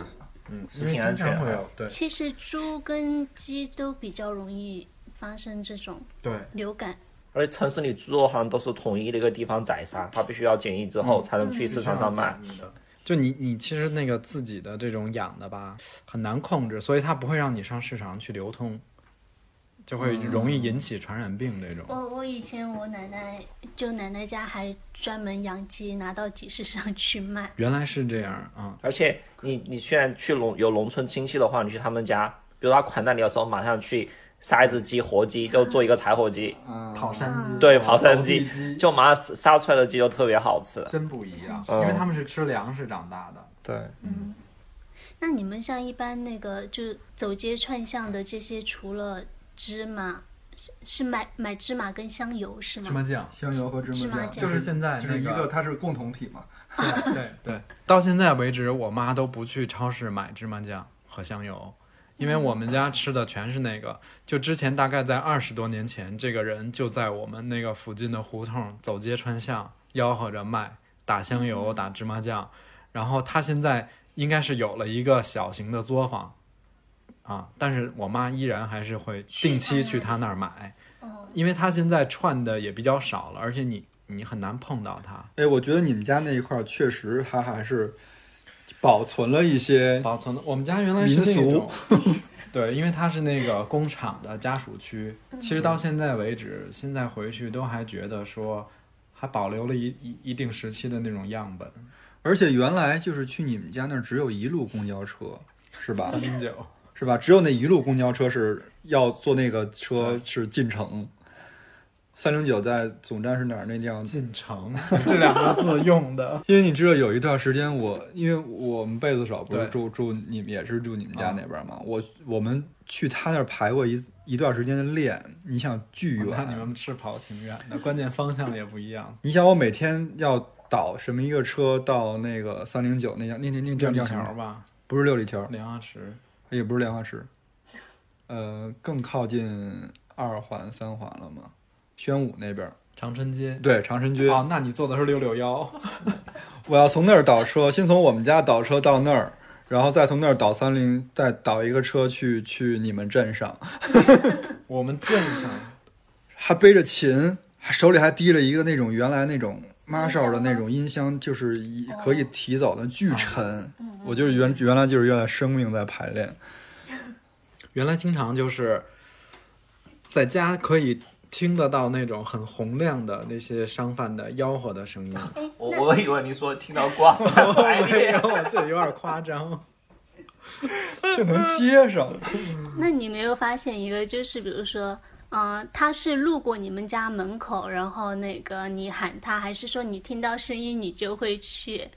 [SPEAKER 2] 嗯，
[SPEAKER 3] 食品安全
[SPEAKER 2] 因为经常会
[SPEAKER 3] 啊
[SPEAKER 2] 有，对
[SPEAKER 4] 其实猪跟鸡都比较容易发生这种
[SPEAKER 2] 对，
[SPEAKER 4] 流感，
[SPEAKER 3] 而且城市里猪肉好像都是统一的一个地方宰杀，它必须要检疫之后才能去市场上
[SPEAKER 2] 嗯
[SPEAKER 3] 卖。
[SPEAKER 2] 就你你其实那个自己的这种养的吧，很难控制，所以它不会让你上市场去流通，就会容易引起传染病这种。
[SPEAKER 4] 我我以前我奶奶就奶奶家还专门养鸡，拿到集市上去卖。
[SPEAKER 2] 原来是这样啊，
[SPEAKER 3] 而且你你虽然去农有农村亲戚的话，你去他们家，比如他款待你的时候，马上去杀一只鸡，活鸡就做一个柴火鸡，
[SPEAKER 1] 嗯，
[SPEAKER 2] 跑山鸡，
[SPEAKER 3] 对，刨山
[SPEAKER 2] 地
[SPEAKER 3] 鸡，
[SPEAKER 2] 鸡
[SPEAKER 3] 就马上杀出来的鸡就特别好吃。
[SPEAKER 2] 真不一样，
[SPEAKER 3] 嗯
[SPEAKER 2] 因为他们是吃粮食长大的。
[SPEAKER 3] 对，
[SPEAKER 4] 那你们像一般那个就走街串巷的这些，除了芝麻，是是买买芝麻跟香油是
[SPEAKER 2] 芝
[SPEAKER 4] 吗？
[SPEAKER 2] 麻酱，
[SPEAKER 1] 香油和芝
[SPEAKER 4] 芝麻
[SPEAKER 1] 麻
[SPEAKER 4] 酱
[SPEAKER 1] 酱，
[SPEAKER 2] 就是现在
[SPEAKER 1] 就是一
[SPEAKER 2] 那个
[SPEAKER 1] 个它是共同体嘛。
[SPEAKER 2] 对对，到现在为止，我妈都不去超市买芝麻酱和香油，因为我们家吃的全是那个。就之前大概在二十多年前，这个人就在我们那个附近的胡同走街串巷，吆喝着卖打香油、打芝麻酱，然后他现在应该是有了一个小型的作坊。啊！但是我妈依然还是会定期去他那儿哦买，因为他现在串的也比较少了，而且你你很难碰到他，
[SPEAKER 1] 哎，我觉得你们家那一块儿确实它还是保存了一些
[SPEAKER 2] 保存的。我们家原来是那种，对，因为它是那个工厂的家属区。其实到现在为止，现在回去都还觉得说，还保留了一一一定时期的那种样本。
[SPEAKER 1] 而且原来就是去你们家那儿只有一路公交车，是吧？
[SPEAKER 2] 很久，
[SPEAKER 1] 是吧？只有那一路公交车是要坐那个车是进城，三零九在总站是哪儿那地方？
[SPEAKER 2] 进城这两个字用的，
[SPEAKER 1] 因为你知道有一段时间我，因为我们贝子手不是
[SPEAKER 2] 对啊
[SPEAKER 1] 住住你们也是住你们家那边嘛，我我们去他那儿排过一一段时间的练，你想巨
[SPEAKER 2] 我看你
[SPEAKER 1] 远，
[SPEAKER 2] 们吃跑挺远的，关键方向也不一样。
[SPEAKER 1] 你想我每天要倒什么一个车到那个三零九那家那那那
[SPEAKER 2] 六
[SPEAKER 1] 站
[SPEAKER 2] 里
[SPEAKER 1] 叫什
[SPEAKER 2] 桥
[SPEAKER 1] 么？
[SPEAKER 2] 吧，
[SPEAKER 1] 不是六里桥，
[SPEAKER 2] 莲花池，
[SPEAKER 1] 也不是莲花池，呃，更靠近二环三环了嘛，宣武那边儿，
[SPEAKER 2] 长春街。
[SPEAKER 1] 对，长城街。
[SPEAKER 2] 哦，那你坐的是六六幺，
[SPEAKER 1] 我要从那儿倒车，先从我们家倒车到那儿，然后再从那儿倒三零，再倒一个车去去你们镇上，
[SPEAKER 2] 我们镇上
[SPEAKER 1] 还背着琴，还手里还提着一个那种原来那种 Marshall 的那种音箱，就是一可以提走的，巨沉。我就是原原来就是用来生命在排练，
[SPEAKER 2] 原来经常就是在家可以听得到那种很洪亮的那些商贩的吆喝的声 音。哦
[SPEAKER 3] 我我以为你说听到挂上来
[SPEAKER 2] 没 有，这有点夸张。
[SPEAKER 1] 就能接上。
[SPEAKER 4] 那你没有发现一个，就是比如说，嗯、他是路过你们家门口，然后那个你喊他，还是说你听到声音你就会去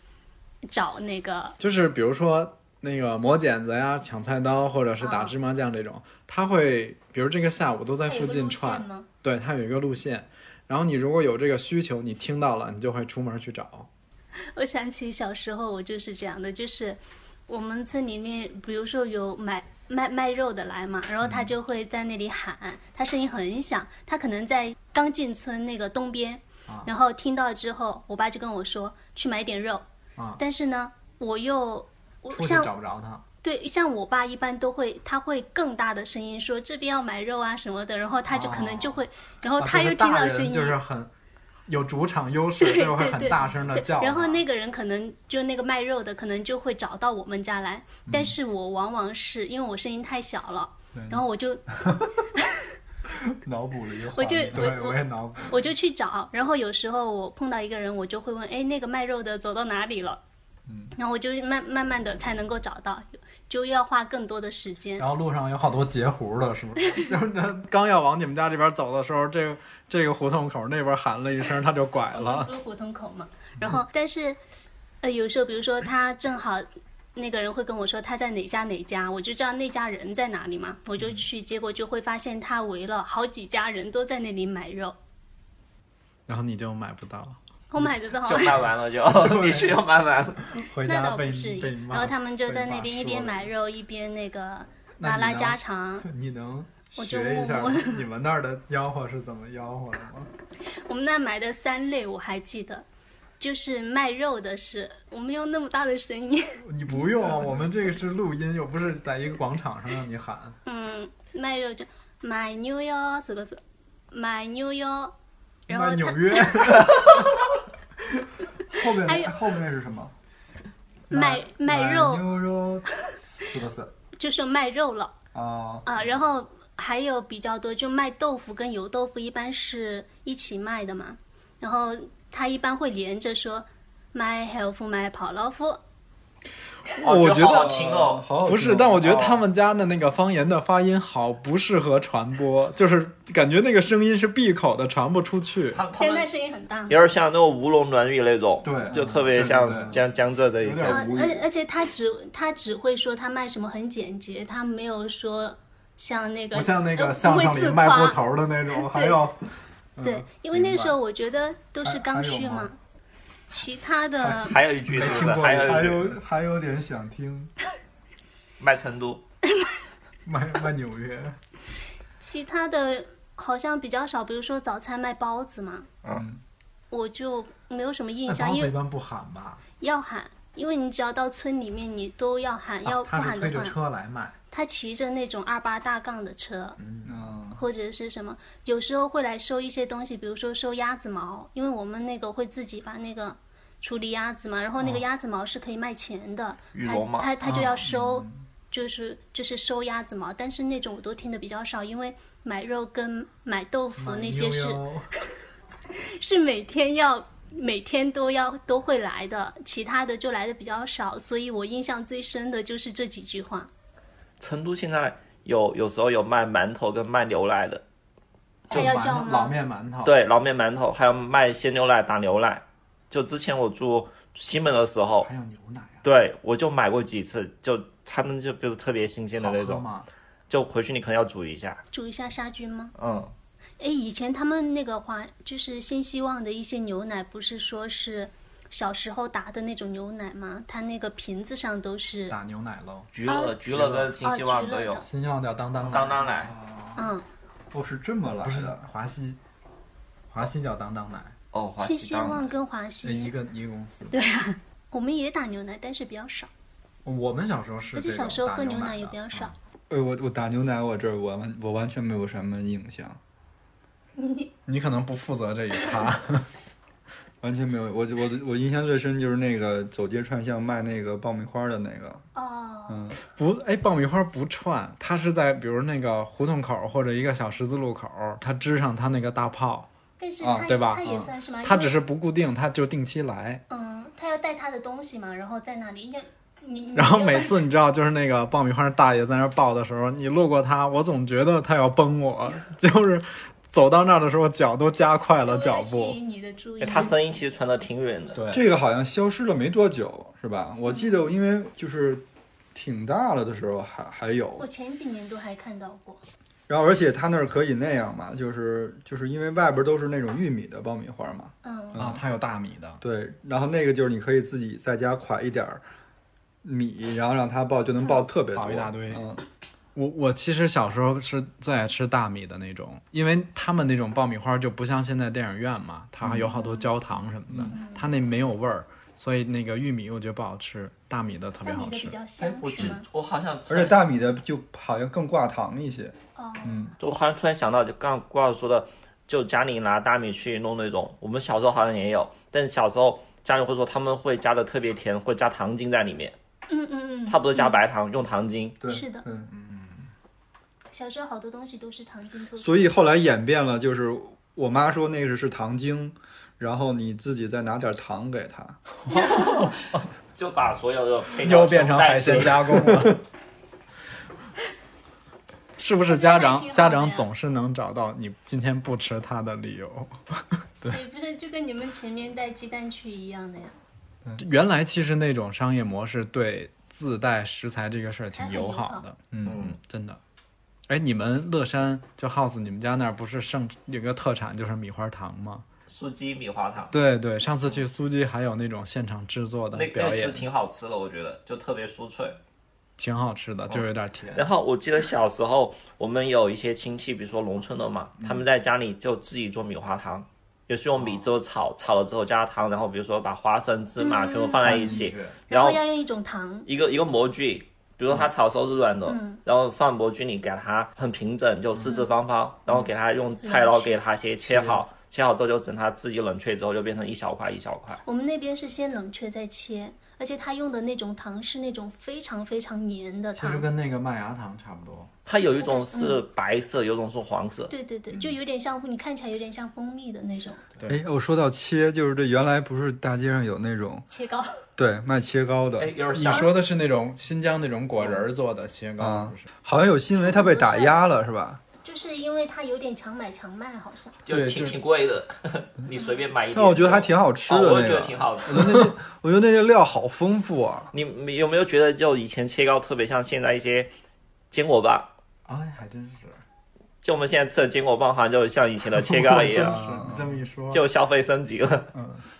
[SPEAKER 4] 找那个？
[SPEAKER 2] 就是比如说那个磨剪子呀、抢菜刀，或者是打芝麻酱这种，他会，比如这个下午都在附近串，
[SPEAKER 4] 吗？
[SPEAKER 2] 对，它有一个路线。然后你如果有这个需求，你听到了，你就会出门去找。
[SPEAKER 4] 我想起小时候我就是这样的，就是我们村里面，比如说有买卖卖肉的来嘛，然后他就会在那里喊，他声音很响，他可能在刚进村那个东边，
[SPEAKER 2] 啊
[SPEAKER 4] 然后听到之后，我爸就跟我说去买点肉，
[SPEAKER 2] 啊
[SPEAKER 4] 但是呢，我又我
[SPEAKER 2] 出去
[SPEAKER 4] 像
[SPEAKER 2] 找不着他，
[SPEAKER 4] 对，像我爸一般都会，他会更大的声音说这边要买肉啊什么的，然后他就可能就会，然后
[SPEAKER 2] 啊
[SPEAKER 4] 哦他
[SPEAKER 2] 就
[SPEAKER 4] 又
[SPEAKER 2] 是
[SPEAKER 4] 听
[SPEAKER 2] 大
[SPEAKER 4] 到
[SPEAKER 2] 人
[SPEAKER 4] 声音，
[SPEAKER 2] 就是很有主场优 势，
[SPEAKER 4] 对
[SPEAKER 2] 就会
[SPEAKER 4] 对
[SPEAKER 2] 很大声的
[SPEAKER 4] 对
[SPEAKER 2] 叫。，啊
[SPEAKER 4] 然后那个人可能就那个卖肉的，可能就会找到我们家来，但是我往往是因为我声音太小了，然后我就
[SPEAKER 2] 脑补了一个
[SPEAKER 4] 我就
[SPEAKER 2] 画面对，
[SPEAKER 4] 我
[SPEAKER 2] 我也脑补。
[SPEAKER 4] 我就去找，然后有时候我碰到一个人，我就会问，哎，那个卖肉的走到哪里了？嗯，然后我就慢慢慢的才能够找到，就要花更多的时间。
[SPEAKER 2] 然后路上有好多截胡的，是不 是？就是那刚要往你们家这边走的时候，这个这个胡同口那边喊了一声，他就拐
[SPEAKER 4] 我们
[SPEAKER 2] 了。
[SPEAKER 4] 不是胡同口嘛。
[SPEAKER 2] 嗯
[SPEAKER 4] 然后，但是，呃，有时候比如说他正好那个人会跟我说他在哪家哪家，我就知道那家人在哪里嘛，我
[SPEAKER 2] 嗯
[SPEAKER 4] 就去，结果就会发现他围了好几家人都在那里买肉，
[SPEAKER 2] 嗯然后你就买不到，
[SPEAKER 4] 我买的都好
[SPEAKER 3] 就。卖完了就，必须要卖完了。
[SPEAKER 2] 回
[SPEAKER 4] 那
[SPEAKER 2] 家
[SPEAKER 4] 倒
[SPEAKER 2] 被
[SPEAKER 4] 不至于
[SPEAKER 2] 被，骂。
[SPEAKER 4] 然后他们就
[SPEAKER 2] 被
[SPEAKER 4] 在
[SPEAKER 2] 骂
[SPEAKER 4] 那边一边
[SPEAKER 2] 说
[SPEAKER 4] 买肉一边那个
[SPEAKER 2] 那
[SPEAKER 4] 拉
[SPEAKER 2] 你
[SPEAKER 4] 拉
[SPEAKER 2] 呢
[SPEAKER 4] 家常。
[SPEAKER 2] 你能
[SPEAKER 4] 我就
[SPEAKER 2] 学一下
[SPEAKER 4] 默
[SPEAKER 2] 你们那儿的吆喝是怎么吆喝的吗？
[SPEAKER 4] 我们那买的三类我还记得，就是卖肉的是，我没有那么大的声音，
[SPEAKER 2] 你不用
[SPEAKER 4] 嗯
[SPEAKER 2] 啊，我们这个是录音，又不是在一个广场上让你喊。
[SPEAKER 4] 嗯，卖肉就买牛哟四个字，买牛哟，然
[SPEAKER 2] 那
[SPEAKER 4] 后
[SPEAKER 2] 纽
[SPEAKER 4] 他
[SPEAKER 2] 约
[SPEAKER 1] 后
[SPEAKER 4] 还有
[SPEAKER 1] 面后面是什么？
[SPEAKER 4] 卖卖肉
[SPEAKER 1] 牛肉，是不是
[SPEAKER 4] 就是卖肉了
[SPEAKER 1] 啊？
[SPEAKER 4] 啊，然后还有比较多就卖豆腐跟油豆腐一般是一起卖的嘛，然后他一般会连着说卖豆腐卖跑老夫，
[SPEAKER 3] 哦
[SPEAKER 2] 我觉得
[SPEAKER 3] 好好听哦，
[SPEAKER 1] 好好
[SPEAKER 2] 不
[SPEAKER 1] 听
[SPEAKER 2] 是，
[SPEAKER 1] 哦
[SPEAKER 2] 但我觉得他们家的那个方言的发音好不适合传播，就是感觉那个声音是闭口的，传不出去。
[SPEAKER 3] 他他
[SPEAKER 4] 现在
[SPEAKER 3] 们
[SPEAKER 4] 声音很大。
[SPEAKER 3] 有点像那种吴侬软语那种，
[SPEAKER 2] 对
[SPEAKER 3] 就特别
[SPEAKER 2] 对对对
[SPEAKER 3] 像江江浙这一
[SPEAKER 2] 有
[SPEAKER 4] 啊
[SPEAKER 2] 点
[SPEAKER 3] 侧。
[SPEAKER 2] 无语
[SPEAKER 4] 而而且他只他只会说他卖什么很简洁，他没有说像那个
[SPEAKER 2] 不像那
[SPEAKER 4] 呃
[SPEAKER 2] 个
[SPEAKER 4] 不
[SPEAKER 2] 相
[SPEAKER 4] 会
[SPEAKER 2] 声里
[SPEAKER 4] 自
[SPEAKER 2] 卖
[SPEAKER 4] 夸
[SPEAKER 2] 布头的那种，还要
[SPEAKER 4] 对
[SPEAKER 2] 嗯，
[SPEAKER 4] 因为那时候我觉得都是刚需
[SPEAKER 2] 还还有
[SPEAKER 4] 嘛
[SPEAKER 2] 吗，
[SPEAKER 4] 其他的
[SPEAKER 3] 还有一句是不是？还有一
[SPEAKER 1] 哦
[SPEAKER 3] 句
[SPEAKER 2] 还有点想听
[SPEAKER 3] 卖成都，
[SPEAKER 2] 卖卖纽约，
[SPEAKER 4] 其他的好像比较少，比如说早餐卖包子嘛，
[SPEAKER 1] 嗯，
[SPEAKER 4] 我就没有什么印
[SPEAKER 2] 那
[SPEAKER 4] 象，
[SPEAKER 2] 包
[SPEAKER 4] 因
[SPEAKER 2] 子一
[SPEAKER 4] 为
[SPEAKER 2] 般不喊吧？
[SPEAKER 4] 要喊，因为你只要到村里面，你都要喊，要
[SPEAKER 2] 啊
[SPEAKER 4] 不
[SPEAKER 2] 他是
[SPEAKER 4] 喊
[SPEAKER 2] 推
[SPEAKER 4] 的
[SPEAKER 2] 着
[SPEAKER 4] 话，
[SPEAKER 2] 车来卖，
[SPEAKER 4] 他骑着那种二八大杠的车。
[SPEAKER 1] 嗯
[SPEAKER 4] 或者是什么，有时候会来收一些东西，比如说收鸭子毛，因为我们那个会自己把那个处理鸭子嘛，然后那
[SPEAKER 2] 嗯
[SPEAKER 4] 个鸭子毛是可以卖钱的，
[SPEAKER 3] 羽
[SPEAKER 4] 他
[SPEAKER 3] 绒嘛
[SPEAKER 4] 他他就要收，就是就是收鸭子毛，但是那种我都听的比较少，因为买肉跟买豆腐
[SPEAKER 2] 卖
[SPEAKER 4] 那些是
[SPEAKER 2] 妞妞
[SPEAKER 4] 是每天要。每天都要都会来的，其他的就来的比较少，所以我印象最深的就是这几句话。
[SPEAKER 3] 成都现在有有时候有卖馒头跟卖牛奶的，
[SPEAKER 2] 就
[SPEAKER 4] 还要叫
[SPEAKER 2] 馒头
[SPEAKER 4] 吗
[SPEAKER 2] 老面馒头，
[SPEAKER 3] 对，老面馒头，还有卖鲜牛奶打牛奶。就之前我住西门的时候，
[SPEAKER 2] 还有牛奶啊，
[SPEAKER 3] 对我就买过几次，就他们就比如特别新鲜的
[SPEAKER 2] 好
[SPEAKER 3] 那
[SPEAKER 2] 喝
[SPEAKER 3] 种，
[SPEAKER 2] 吗？
[SPEAKER 3] 就回去你可能要煮一下。
[SPEAKER 4] 煮一下杀菌吗？
[SPEAKER 3] 嗯，
[SPEAKER 4] 哎，以前他们那个华就是新希望的一些牛奶，不是说是小时候打的那种牛奶吗？它那个瓶子上都是，啊
[SPEAKER 2] 打牛奶喽，
[SPEAKER 3] 菊乐、菊乐跟新希望都有。
[SPEAKER 4] 哦
[SPEAKER 2] 新希望叫当当
[SPEAKER 3] 当当奶
[SPEAKER 4] 嗯，
[SPEAKER 1] 哦，是这么来
[SPEAKER 2] 不是
[SPEAKER 1] 的。
[SPEAKER 2] 华西，华西叫当当奶，
[SPEAKER 3] 哦，华
[SPEAKER 4] 新
[SPEAKER 3] 西
[SPEAKER 4] 希
[SPEAKER 3] 当
[SPEAKER 4] 望
[SPEAKER 3] 奶。
[SPEAKER 4] 跟华
[SPEAKER 2] 这一
[SPEAKER 4] 西，
[SPEAKER 2] 个一个公司。
[SPEAKER 4] 我们也打牛奶，但是比较少，
[SPEAKER 2] 我们小时候是
[SPEAKER 4] 而
[SPEAKER 2] 这种
[SPEAKER 4] 且
[SPEAKER 2] 打奶的，
[SPEAKER 4] 小时候喝牛奶也比较少
[SPEAKER 2] 嗯。。
[SPEAKER 1] 呃，我我打牛奶，我这儿我完我完全没有什么影 响，
[SPEAKER 2] 你可能不负责这一趴，
[SPEAKER 1] 完全没有。我我我印象最深就是那个走街串巷卖那个爆米花的那个，
[SPEAKER 4] 哦，
[SPEAKER 1] 嗯，
[SPEAKER 2] 不，哎，爆米花不串，它是在比如那个胡同口或者一个小十字路口，它支上它那个大炮，
[SPEAKER 4] 但是
[SPEAKER 1] 啊
[SPEAKER 4] 它
[SPEAKER 2] 对吧
[SPEAKER 4] 它也
[SPEAKER 1] 嗯
[SPEAKER 4] 算是嘛，
[SPEAKER 2] 它
[SPEAKER 4] 啊因为
[SPEAKER 2] 只是不固定，它就定期来。
[SPEAKER 4] 嗯，他要带他的东西嘛，然后在那里，因为你 你
[SPEAKER 2] 然后
[SPEAKER 4] 没
[SPEAKER 2] 每
[SPEAKER 4] 有
[SPEAKER 2] 次你知道，就是那个爆米花大爷在那儿爆的时候，你路过他，我总觉得他要崩我， 就是走到那儿的时候脚都加快了
[SPEAKER 4] 为
[SPEAKER 2] 脚
[SPEAKER 4] 吸
[SPEAKER 2] 步。
[SPEAKER 4] 引你的注意
[SPEAKER 3] 哎，
[SPEAKER 4] 力，
[SPEAKER 3] 他声音其实传的挺远的。
[SPEAKER 2] 对，嗯
[SPEAKER 1] 这个好像消失了没多久，是吧？我记得，因为就是挺大了的时候还还有
[SPEAKER 4] 我，前几年都还看到过，
[SPEAKER 1] 然后而且他那儿可以那样嘛，就是就是因为外边都是那种玉米的爆米花嘛，
[SPEAKER 4] 嗯，
[SPEAKER 2] 啊，它有大米的，
[SPEAKER 1] 对，然后那个就是你可以自己在家㧟一点儿米，然后让它爆，就能爆特别多，
[SPEAKER 2] 爆一大堆
[SPEAKER 1] 嗯，
[SPEAKER 2] 我我其实小时候是最爱吃大米的那种，因为他们那种爆米花就不像现在电影院嘛，它还有好多
[SPEAKER 4] 嗯
[SPEAKER 2] 焦糖什么的，它那没有味儿，所以那个玉米我觉得不好吃，大米的特别
[SPEAKER 4] 但
[SPEAKER 2] 好
[SPEAKER 4] 你的比
[SPEAKER 2] 吃。
[SPEAKER 4] 较香
[SPEAKER 3] 哎，我
[SPEAKER 4] 是
[SPEAKER 3] 记
[SPEAKER 4] 吗？
[SPEAKER 3] 我好像突
[SPEAKER 1] 而
[SPEAKER 3] 然
[SPEAKER 1] 且大米的就好像更挂糖一些，
[SPEAKER 4] 哦，
[SPEAKER 3] 就我好像突然想到，就刚刚郭老师说的，就家里拿大米去弄那种，我们小时候好像也有，但小时候家里会说他们会加的特别甜，会加糖精在里面，
[SPEAKER 4] 嗯嗯嗯，
[SPEAKER 3] 他不是加白糖，用糖精。
[SPEAKER 1] 对，
[SPEAKER 4] 是的
[SPEAKER 1] 嗯。
[SPEAKER 4] 小时候好多东西都是糖精做的，
[SPEAKER 1] 所以后来演变了，就是我妈说那个是糖精，然后你自己再拿点糖给她。
[SPEAKER 3] 就把所有的配料
[SPEAKER 2] 又变成海鲜
[SPEAKER 3] 全部带进
[SPEAKER 2] 加工了，是不是家
[SPEAKER 4] 那还挺好的
[SPEAKER 2] 长
[SPEAKER 4] 呀
[SPEAKER 2] 家长总是能找到你今天不吃它的理由？
[SPEAKER 4] 也不是就跟你们前面带鸡蛋去一样的呀，
[SPEAKER 2] 原来其实那种商业模式对自带食材这个事儿挺友好的，嗯嗯，真的。哎，你们乐山就 house 你们家那儿不是盛有个特产就是米花糖吗？
[SPEAKER 3] 酥鸡米花糖，
[SPEAKER 2] 对对，上次去苏鸡还有那种现场制作的
[SPEAKER 3] 那
[SPEAKER 2] 嗯表
[SPEAKER 3] 那是
[SPEAKER 2] 演，嗯
[SPEAKER 3] 挺好吃的，我觉得就特别酥脆。
[SPEAKER 2] 挺好吃的，就有点甜。
[SPEAKER 3] 然后我记得小时候我们有一些亲戚，比如说农村的嘛，
[SPEAKER 2] 嗯
[SPEAKER 3] 他们在家里就自己做米花糖。也是用米
[SPEAKER 2] 哦
[SPEAKER 3] 之后炒，炒了之后加糖，然后比如说把花生、芝麻全部放在一起，
[SPEAKER 2] 嗯
[SPEAKER 3] 然
[SPEAKER 4] 然
[SPEAKER 3] 后
[SPEAKER 4] 哦后要用一种糖，
[SPEAKER 3] 一个一个模具，比如说它炒熟是软的，然后放模具里给它很平整，就四四方方，然后给它用菜刀给它先切好，切好之后就等它自己冷却之后就变成一小块一小块。
[SPEAKER 4] 我们那边是先冷却再切，而且他用的那种糖是那种非常非常黏的
[SPEAKER 2] 其实
[SPEAKER 4] 糖，
[SPEAKER 2] 跟那个麦芽糖差不多，
[SPEAKER 3] 它有一种是白色，有一种是黄色。
[SPEAKER 4] 对对对，
[SPEAKER 2] 嗯
[SPEAKER 4] 就有点像你看起来有点像蜂蜜的那种
[SPEAKER 1] 哎，我说到切，就是这原来不是大街上有那种
[SPEAKER 4] 切糕，
[SPEAKER 1] 对卖切糕
[SPEAKER 3] 哎
[SPEAKER 1] 的，，
[SPEAKER 3] 有点
[SPEAKER 2] 你
[SPEAKER 3] 像。
[SPEAKER 2] 说的是那种新疆那种果仁儿做的
[SPEAKER 3] 嗯
[SPEAKER 2] 切糕，
[SPEAKER 1] 啊
[SPEAKER 2] 不是？
[SPEAKER 1] 好像有新闻它被打压了是吧？
[SPEAKER 4] 就是因为它有点强买强卖，好像。
[SPEAKER 3] 就
[SPEAKER 2] 对
[SPEAKER 3] 挺
[SPEAKER 2] 就
[SPEAKER 3] 挺贵的， 你随便买一点。
[SPEAKER 1] 但我觉得还挺好吃的
[SPEAKER 3] 哦我
[SPEAKER 1] 那
[SPEAKER 3] 也觉
[SPEAKER 1] 个
[SPEAKER 3] 得，挺好吃
[SPEAKER 1] 我
[SPEAKER 3] 的。
[SPEAKER 1] 觉得那我觉得那些料好丰富啊。
[SPEAKER 3] 你你有没有觉得，就以前切糕特别像现在一些坚果棒？
[SPEAKER 2] 哎，还真是，
[SPEAKER 3] 就我们现在吃的坚果棒，好像就像以前的 切糕一
[SPEAKER 2] 真
[SPEAKER 3] 样，
[SPEAKER 2] 是你这么一说，
[SPEAKER 3] 就消费升级了。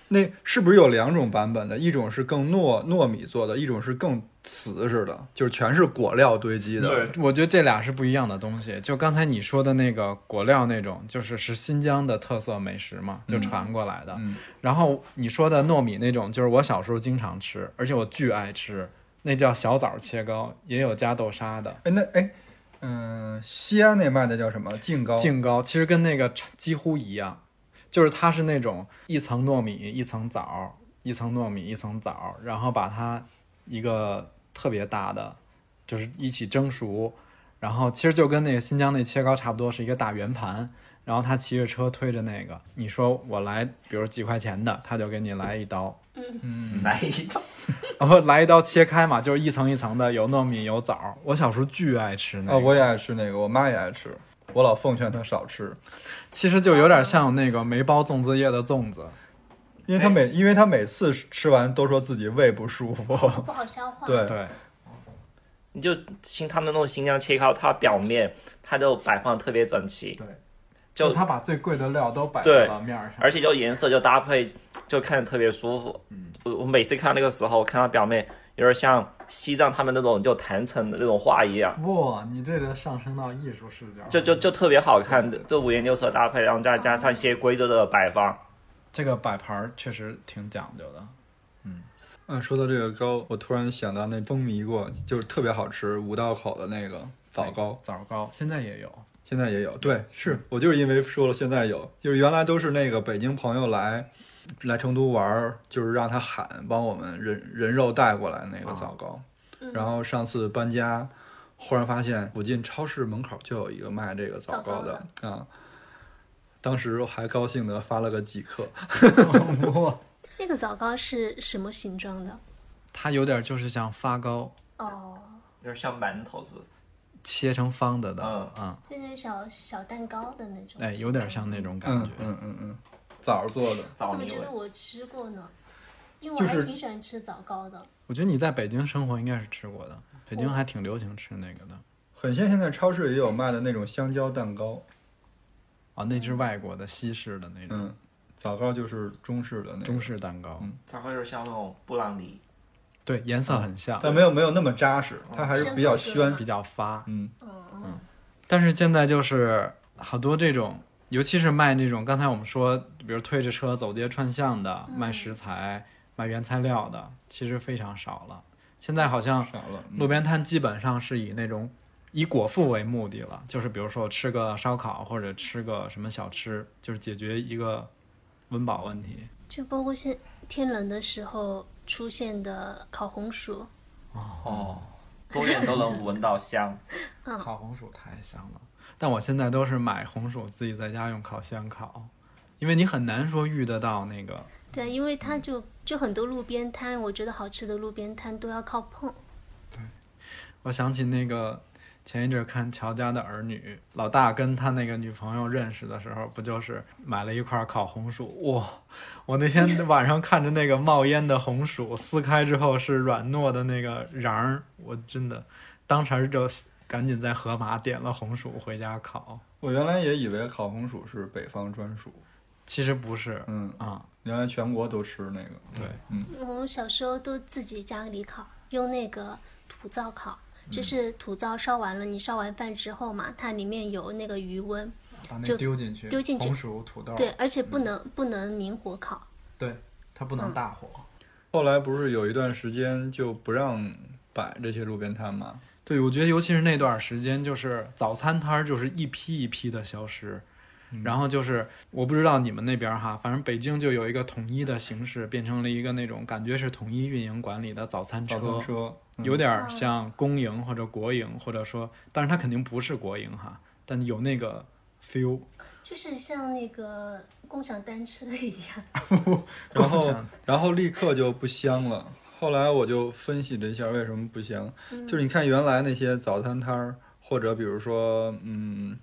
[SPEAKER 1] 那是不是有两种版本的？一种是更糯糯米做的，一种是更瓷实的，就是全是果料堆积的。
[SPEAKER 3] 对
[SPEAKER 2] 我觉得这俩是不一样的东西。就刚才你说的那个果料那种，就是是新疆的特色美食嘛，就传过来的。
[SPEAKER 1] 嗯
[SPEAKER 2] 然后你说的糯米那种，就是我小时候经常吃，而且我巨爱吃，那叫小枣切糕，也有加豆沙的。
[SPEAKER 1] 哎，那哎，嗯、西安那卖的叫什么？净糕。
[SPEAKER 2] 净糕其实跟那个差几乎一样，就是它是那种一层糯米一层枣儿，一层糯米一层枣儿，然后把它一个特别大的，就是一起蒸熟，然后其实就跟那个新疆那切糕差不多，是一个大圆盘。然后他骑着车推着那个，你说我来，比如几块钱的，他就给你来一刀，
[SPEAKER 3] 嗯来一 套。
[SPEAKER 2] 然后来一刀切开嘛，就是一层一层的，有糯米有枣儿。我小时候巨爱吃那个，
[SPEAKER 1] 哦啊，我也爱吃那个，我妈也爱吃。我老奉劝他少吃，
[SPEAKER 2] 其实就有点像那个没包粽子叶的粽子。
[SPEAKER 1] 因
[SPEAKER 3] 哎
[SPEAKER 1] 为他每因为他每次吃完都说自己胃不舒
[SPEAKER 3] 哦
[SPEAKER 1] 服，
[SPEAKER 5] 不好消化。
[SPEAKER 1] 对，
[SPEAKER 2] 对，
[SPEAKER 3] 你就新他们那种新疆切糕，它表面它就摆放得特别整齐，就
[SPEAKER 2] 他把最贵的料都摆
[SPEAKER 3] 对
[SPEAKER 2] 在了面儿上。
[SPEAKER 3] 而且就颜色就搭配，就看着特别舒服。我我每次看那个时候，看它表面有点像西藏他们那种就弹层的那种画一样，
[SPEAKER 2] 不，你这个上升到艺术视角，
[SPEAKER 3] 就就就特别好看，这五颜六色搭配，然后再加上一些规则的摆放，
[SPEAKER 2] 这个摆盘儿确实挺讲究的。
[SPEAKER 1] 嗯，说到这个糕，我突然想到那风靡过，就是特别好吃，五道口的那个枣糕，
[SPEAKER 2] 枣糕现在也有，
[SPEAKER 1] 现在也有。对，是我就是因为说了现在有，就是原来都是那个北京朋友来来成都玩儿，就是让他喊帮我们人人肉带过来那个枣糕。然后上次搬家，忽然发现附近超市门口就有一个卖这个枣糕的啊、当时还高兴的发了个即刻，
[SPEAKER 5] 那个枣糕是什么形状的？
[SPEAKER 2] 它有点就是像发糕
[SPEAKER 5] 哦，
[SPEAKER 3] 有点像馒头是不是？
[SPEAKER 2] 切成方的的，
[SPEAKER 3] 嗯
[SPEAKER 2] 啊、
[SPEAKER 5] 就那小小蛋糕的那种。
[SPEAKER 2] 哎，有点像那种感
[SPEAKER 1] 嗯
[SPEAKER 2] 觉。
[SPEAKER 1] 嗯嗯嗯，枣儿做的，
[SPEAKER 3] 枣
[SPEAKER 5] 怎么
[SPEAKER 3] 泥
[SPEAKER 5] 觉
[SPEAKER 3] 味
[SPEAKER 5] 得。我吃过呢？因为
[SPEAKER 1] 就
[SPEAKER 5] 我还
[SPEAKER 1] 是
[SPEAKER 5] 挺喜欢吃枣糕的。
[SPEAKER 2] 我觉得你在北京生活应该是吃过的，北京还挺流行吃那个的。
[SPEAKER 1] 很像现在超市也有卖的那种香蕉蛋糕，
[SPEAKER 2] 啊，那只外国的西式的那种
[SPEAKER 1] 嗯，枣糕就是中式的那种
[SPEAKER 2] 中，式蛋糕，
[SPEAKER 3] 它会有点像那种布朗尼，
[SPEAKER 2] 对，颜色很像，
[SPEAKER 1] 但没有没有那么扎实，它还是比较
[SPEAKER 5] 深
[SPEAKER 1] 暄
[SPEAKER 5] 褐色，
[SPEAKER 2] 比较发。
[SPEAKER 1] 嗯，
[SPEAKER 2] 但是现在就是好多这种，尤其是卖那种刚才我们说，比如推着车走街串巷的，卖食材、卖原材料的，其实非常少了。现在好像
[SPEAKER 1] 少了。嗯
[SPEAKER 2] 路边摊基本上是以那种以果腹为目的了，就是比如说吃个烧烤或者吃个什么小吃，就是解决一个温饱问题。
[SPEAKER 5] 就包括现天冷的时候出现的烤红薯，
[SPEAKER 3] 哦，多远都能闻到 香。
[SPEAKER 2] 烤红薯太香了，但我现在都是买红薯自己在家用烤箱烤，因为你很难说遇得到那个。
[SPEAKER 5] 对，因为它
[SPEAKER 1] 嗯
[SPEAKER 5] 就就很多路边摊，我觉得好吃的路边摊都要靠碰。
[SPEAKER 2] 我想起那个前一阵看乔家的儿女，老大跟他那个女朋友认识的时候，不就是买了一块烤红薯？哇！我那天晚上看着那个冒烟的红薯，撕开之后是软糯的那个瓤儿，我真的当时就赶紧在盒马点了红薯回家烤。
[SPEAKER 1] 我原来也以为烤红薯是北方专属，
[SPEAKER 2] 其实不是，
[SPEAKER 1] 嗯，
[SPEAKER 2] 啊、
[SPEAKER 1] 原来全国都吃那个。
[SPEAKER 2] 对。
[SPEAKER 5] 我小时候都自己家里烤，用那个土灶烤，
[SPEAKER 1] 嗯
[SPEAKER 5] 就是土灶烧完了，你烧完饭之后嘛，它里面有那个余温，
[SPEAKER 1] 哦
[SPEAKER 2] 把那
[SPEAKER 5] 就
[SPEAKER 2] 丢进去，
[SPEAKER 5] 丢进去
[SPEAKER 2] 红薯、土豆，
[SPEAKER 5] 对，而且
[SPEAKER 1] 嗯
[SPEAKER 5] 不能、不能明火烤，
[SPEAKER 2] 对，它不
[SPEAKER 5] 嗯
[SPEAKER 2] 能大火。
[SPEAKER 1] 后来不是有一段时间就不让摆这些路边摊吗？
[SPEAKER 2] 对，我觉得尤其是那段时间，就是早餐摊儿就是一批一批的消失，然后就是我不知道你们那边儿哈，反正北京就有一个统一的形式，变成了一个那种感觉是统一运营管理的早餐车，
[SPEAKER 1] 早餐车，嗯
[SPEAKER 2] 有点儿像公营或者国营，或者说，但是它肯定不是国营哈，但有那个 feel。
[SPEAKER 5] 就是像那个共享单车一样。
[SPEAKER 1] 然
[SPEAKER 2] 光
[SPEAKER 1] 后
[SPEAKER 2] 想
[SPEAKER 1] 然后立刻就不香了。后来我就分析了一下为什么不香，就是你看原来那些早餐摊儿，或者比如说，嗯，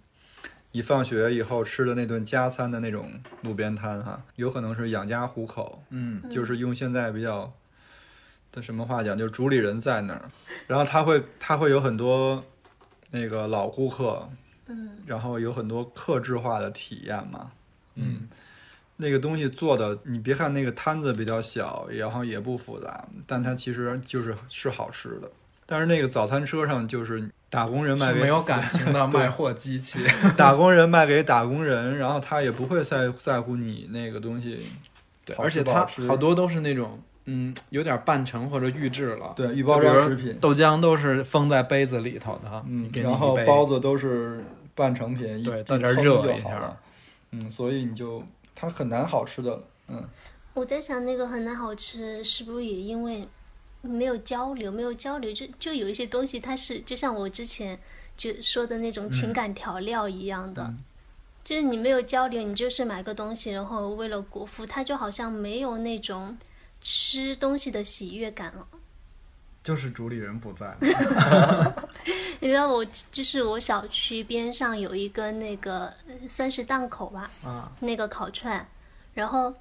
[SPEAKER 1] 你放学以后吃的那顿加餐的那种路边摊哈，有可能是养家糊口，
[SPEAKER 2] 嗯，
[SPEAKER 1] 就是用现在比较的什么话讲，就是主理人在那儿，然后他会他会有很多那个老顾客，
[SPEAKER 5] 嗯，
[SPEAKER 1] 然后有很多克制化的体验嘛，嗯，那个东西做的，你别看那个摊子比较小，然后也不复杂，但它其实就是是好吃的。但是那个早餐车上就是打工人卖
[SPEAKER 2] 是
[SPEAKER 1] 给
[SPEAKER 2] 没有感情 的卖货机器。
[SPEAKER 1] 打工人卖给打工人，然后他也不会在在乎你那个东西，
[SPEAKER 2] 对，
[SPEAKER 1] 好
[SPEAKER 2] 而
[SPEAKER 1] 吃
[SPEAKER 2] 且
[SPEAKER 1] 不
[SPEAKER 2] 它
[SPEAKER 1] 好吃
[SPEAKER 2] 好多都是那种，嗯，有点半成或者预制了。
[SPEAKER 1] 对预
[SPEAKER 2] 就
[SPEAKER 1] 包
[SPEAKER 2] 比
[SPEAKER 1] 装
[SPEAKER 2] 如
[SPEAKER 1] 食品
[SPEAKER 2] 豆浆都是封在杯子里头的，
[SPEAKER 1] 嗯，
[SPEAKER 2] 给你
[SPEAKER 1] 然
[SPEAKER 2] 一
[SPEAKER 1] 后
[SPEAKER 2] 杯
[SPEAKER 1] 包子都是半成品，一
[SPEAKER 2] 对
[SPEAKER 1] 一
[SPEAKER 2] 到这儿
[SPEAKER 1] 坑
[SPEAKER 2] 热
[SPEAKER 1] 就
[SPEAKER 2] 一
[SPEAKER 1] 好
[SPEAKER 2] 下
[SPEAKER 1] 了，嗯，所以你就它很难好吃的，嗯，
[SPEAKER 5] 我在想那个很难好吃，是不是也因为没有交流，没有交流，就就有一些东西它是就像我之前就说的那种情感调料一样的，就是你没有交流，你就是买个东西，然后为了果腹，它就好像没有那种吃东西的喜悦感了。
[SPEAKER 2] 就是主理人不在，
[SPEAKER 4] 你知道我就是我小区边上有一个那个
[SPEAKER 5] 呃
[SPEAKER 4] 算是档口吧，
[SPEAKER 2] 啊，
[SPEAKER 4] 那个烤串，然后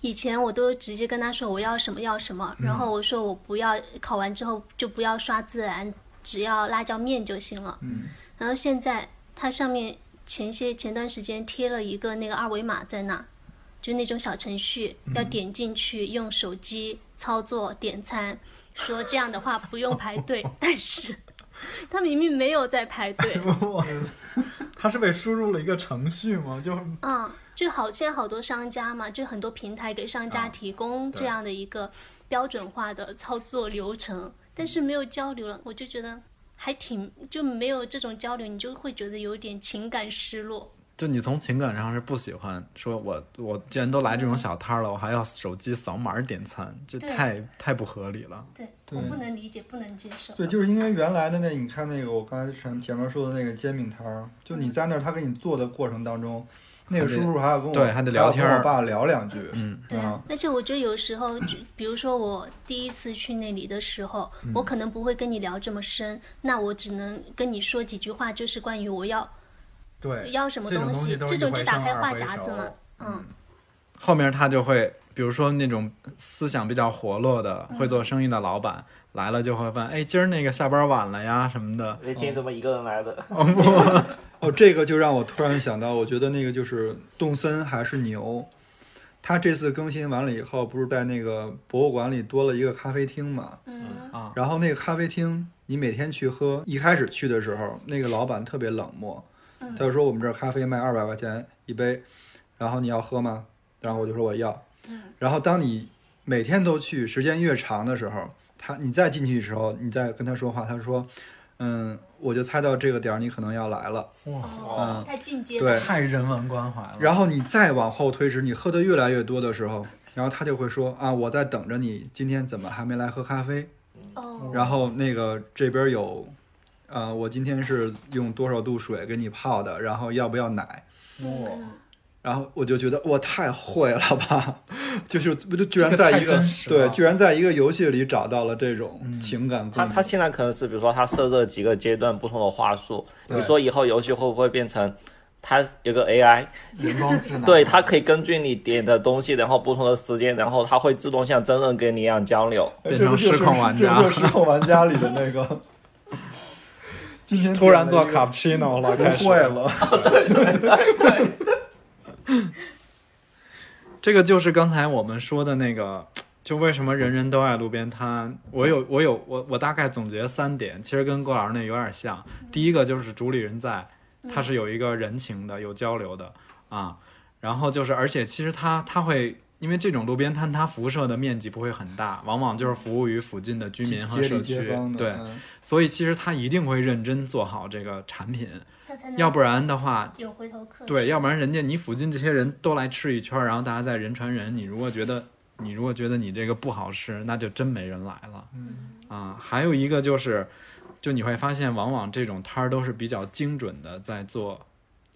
[SPEAKER 4] 以前我都直接跟他说我要什么要什么，然后我说我不要烤完之后就不要刷孜然，只要辣椒面就行了。
[SPEAKER 2] 嗯，
[SPEAKER 4] 然后现在它上面前些前段时间贴了一个那个二维码在那，就那种小程序，要点进去用手机操作点餐，说这样的话不用排队， 但是他明明没有在排队，
[SPEAKER 2] 我他是被输入了一个程序吗？就
[SPEAKER 4] 嗯，就好，现在好多商家嘛，就很多平台给商家提供
[SPEAKER 2] 嗯对
[SPEAKER 4] 这样的一个标准化的操作流程，但是没有交流了，我就觉得还挺就没有这种交流，你就会觉得有点情感失落。
[SPEAKER 2] 就你从情感上是不喜欢，说我我既然都来这种小摊儿了，我还要手机扫码点餐，这
[SPEAKER 4] 对
[SPEAKER 2] 太太不合理了。
[SPEAKER 4] 对
[SPEAKER 1] 对
[SPEAKER 4] 我不能理解，不能接受。
[SPEAKER 1] 对，就是因为原来的那，你看那个我刚才前前面说的那个煎饼摊儿，就你在那儿他给你做的过程当中，那个
[SPEAKER 2] 还得
[SPEAKER 1] 叔叔还要跟我
[SPEAKER 2] 对还得聊天儿
[SPEAKER 1] 要跟我爸聊两句，嗯，
[SPEAKER 4] 对
[SPEAKER 1] 啊
[SPEAKER 4] 啊，，而且我觉得有时候，就比如说我第一次去那里的时候，
[SPEAKER 2] 嗯
[SPEAKER 4] 我可能不会跟你聊这么深，那我只能跟你说几句话，就是关于我要
[SPEAKER 2] 对
[SPEAKER 4] 要什么
[SPEAKER 2] 这种东西
[SPEAKER 4] 西，
[SPEAKER 2] 都是
[SPEAKER 4] 这
[SPEAKER 2] 一
[SPEAKER 4] 种
[SPEAKER 2] 回
[SPEAKER 4] 就打
[SPEAKER 2] 生
[SPEAKER 4] 开
[SPEAKER 2] 二
[SPEAKER 4] 话
[SPEAKER 2] 回哦
[SPEAKER 4] 匣子
[SPEAKER 2] 熟
[SPEAKER 4] 嘛，嗯
[SPEAKER 2] 后面他就会，比如说那种思想比较活络的、会做生意的老板来了，就会问：“哎，今儿那个下班晚了呀什么的。
[SPEAKER 3] 那今天怎么一个人来的？
[SPEAKER 1] 哦，这个就让我突然想到，我觉得那个就是动森还是牛，他这次更新完了以后，不是在那个博物馆里多了一个咖啡厅嘛，
[SPEAKER 4] 嗯
[SPEAKER 2] 啊
[SPEAKER 1] 然后那个咖啡厅你每天去喝，一开始去的时候，那个老板特别冷漠，他就说我们这儿咖啡卖二百块钱一杯，然后你要喝吗？然后我就说我要，然后当你每天都去，时间越长的时候，他你再进去的时候，你再跟他说话，他说，嗯，我就猜到这个点儿你可能要来了，
[SPEAKER 4] 哦，太进阶了。
[SPEAKER 1] 对，
[SPEAKER 2] 太人文关怀了。
[SPEAKER 1] 然后你再往后推迟，你喝的越来越多的时候，然后他就会说啊，我在等着你，今天怎么还没来喝咖啡？
[SPEAKER 4] 哦，
[SPEAKER 1] 然后那个这边有，呃，我今天是用多少度水给你泡的，然后要不要奶？
[SPEAKER 2] 哇，
[SPEAKER 1] 然后我就觉得我太会了吧， 就是就居然
[SPEAKER 2] 这个
[SPEAKER 1] 在
[SPEAKER 2] 太
[SPEAKER 1] 一个
[SPEAKER 2] 真实了
[SPEAKER 1] 对，居然在一个游戏里找到了这种情感共
[SPEAKER 3] 他
[SPEAKER 1] 鸣。
[SPEAKER 3] 他现在可能是比如说他设置了几个阶段不同的话术，比如说以后游戏会不会变成它有个 AI，
[SPEAKER 2] 人工智能
[SPEAKER 3] 对，它可以根据你点的东西，然后不同的时间，然后它会自动像真人跟你一样交流。
[SPEAKER 1] 哎
[SPEAKER 2] 变
[SPEAKER 1] 这
[SPEAKER 2] 成
[SPEAKER 1] 不就是
[SPEAKER 2] 失控玩
[SPEAKER 1] 这
[SPEAKER 2] 家
[SPEAKER 1] 不就是失控玩家里的那 个。今天
[SPEAKER 2] 突然做
[SPEAKER 1] 点了
[SPEAKER 2] cappuccino 了，
[SPEAKER 1] 一个
[SPEAKER 2] 开始
[SPEAKER 1] 不会了，
[SPEAKER 2] 这个就是刚才我们说的那个，就为什么人人都爱路边摊？我有我有我我大概总结三点，其实跟郭老师那有点像。第一个就是主理人在，他是有一个人情的，有交流的啊。然后就是，而且其实他他会。因为这种路边摊，它辐射的面积不会很大，往往就是服务于附近的居民和
[SPEAKER 1] 街
[SPEAKER 2] 社
[SPEAKER 1] 里
[SPEAKER 2] 区
[SPEAKER 1] 街坊。的，
[SPEAKER 2] 对，
[SPEAKER 1] 嗯
[SPEAKER 2] 所以其实他一定会认真做好这个产品，
[SPEAKER 4] 他才能
[SPEAKER 2] 要不然的话，
[SPEAKER 4] 有回头客。
[SPEAKER 2] 对，要不然人家你附近这些人都来吃一圈儿，然后大家再人传人，你如果觉得你如果觉得你这个不好吃，那就真没人来了。嗯啊，还有一个就是，就你会发现，往往这种摊儿都是比较精准的在做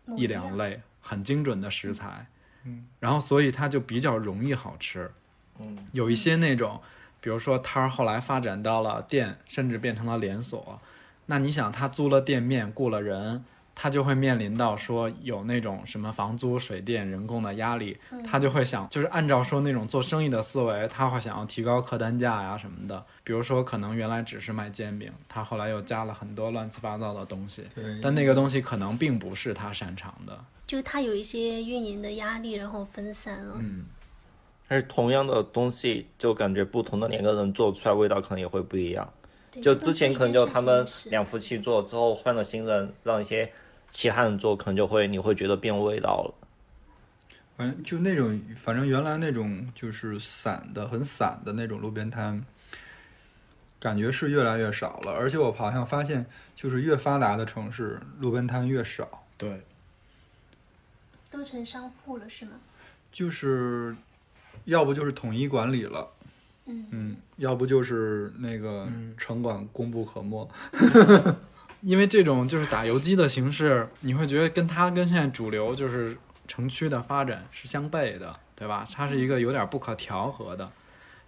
[SPEAKER 3] 嗯
[SPEAKER 4] 某
[SPEAKER 2] 一
[SPEAKER 4] 一
[SPEAKER 2] 两
[SPEAKER 4] 样
[SPEAKER 2] 类很精准的食材，
[SPEAKER 1] 嗯，
[SPEAKER 2] 然后所以它就比较容易好吃。
[SPEAKER 3] 嗯，
[SPEAKER 2] 有一些那种，比如说摊儿后来发展到了店，甚至变成了连锁，那你想他租了店面，雇了人。他就会面临到说有那种什么房租、水电、人工的压力，他就会想，就是按照说那种做生意的思维，他会想要提高客单价呀什么的。比如说，可能原来只是卖煎饼，他后来又加了很多乱七八糟的东西，
[SPEAKER 1] 对
[SPEAKER 2] 但那个东西可能并不是他擅长的。
[SPEAKER 4] 就是他有一些运营的压力，然后分散啊了。
[SPEAKER 2] 嗯，
[SPEAKER 3] 而同样的东西，就感觉不同的两个人做出来味道可能也会不一样。
[SPEAKER 4] 对
[SPEAKER 3] 就
[SPEAKER 4] 这
[SPEAKER 3] 之
[SPEAKER 4] 跟
[SPEAKER 3] 前
[SPEAKER 4] 做
[SPEAKER 3] 可能
[SPEAKER 4] 一
[SPEAKER 3] 就
[SPEAKER 4] 件
[SPEAKER 3] 他
[SPEAKER 4] 事情
[SPEAKER 3] 们
[SPEAKER 4] 是
[SPEAKER 3] 两夫妻做，之后换了新人，让一些其他人做，可能就会你会觉得变味道了。
[SPEAKER 1] 反正就那种，反正原来那种就是散的、很散的那种路边摊，感觉是越来越少了。而且我好像发现，就是越发达的城市，路边摊越少。
[SPEAKER 2] 对，
[SPEAKER 4] 都成商铺了是吗？
[SPEAKER 1] 就是要不就是统一管理了，
[SPEAKER 4] 嗯
[SPEAKER 1] 要不就是那个
[SPEAKER 2] 嗯
[SPEAKER 1] 城管功不可没。
[SPEAKER 2] 因为这种就是打游击的形式，你会觉得跟它跟现在主流就是城区的发展是相悖的，对吧？它是一个有点不可调和的。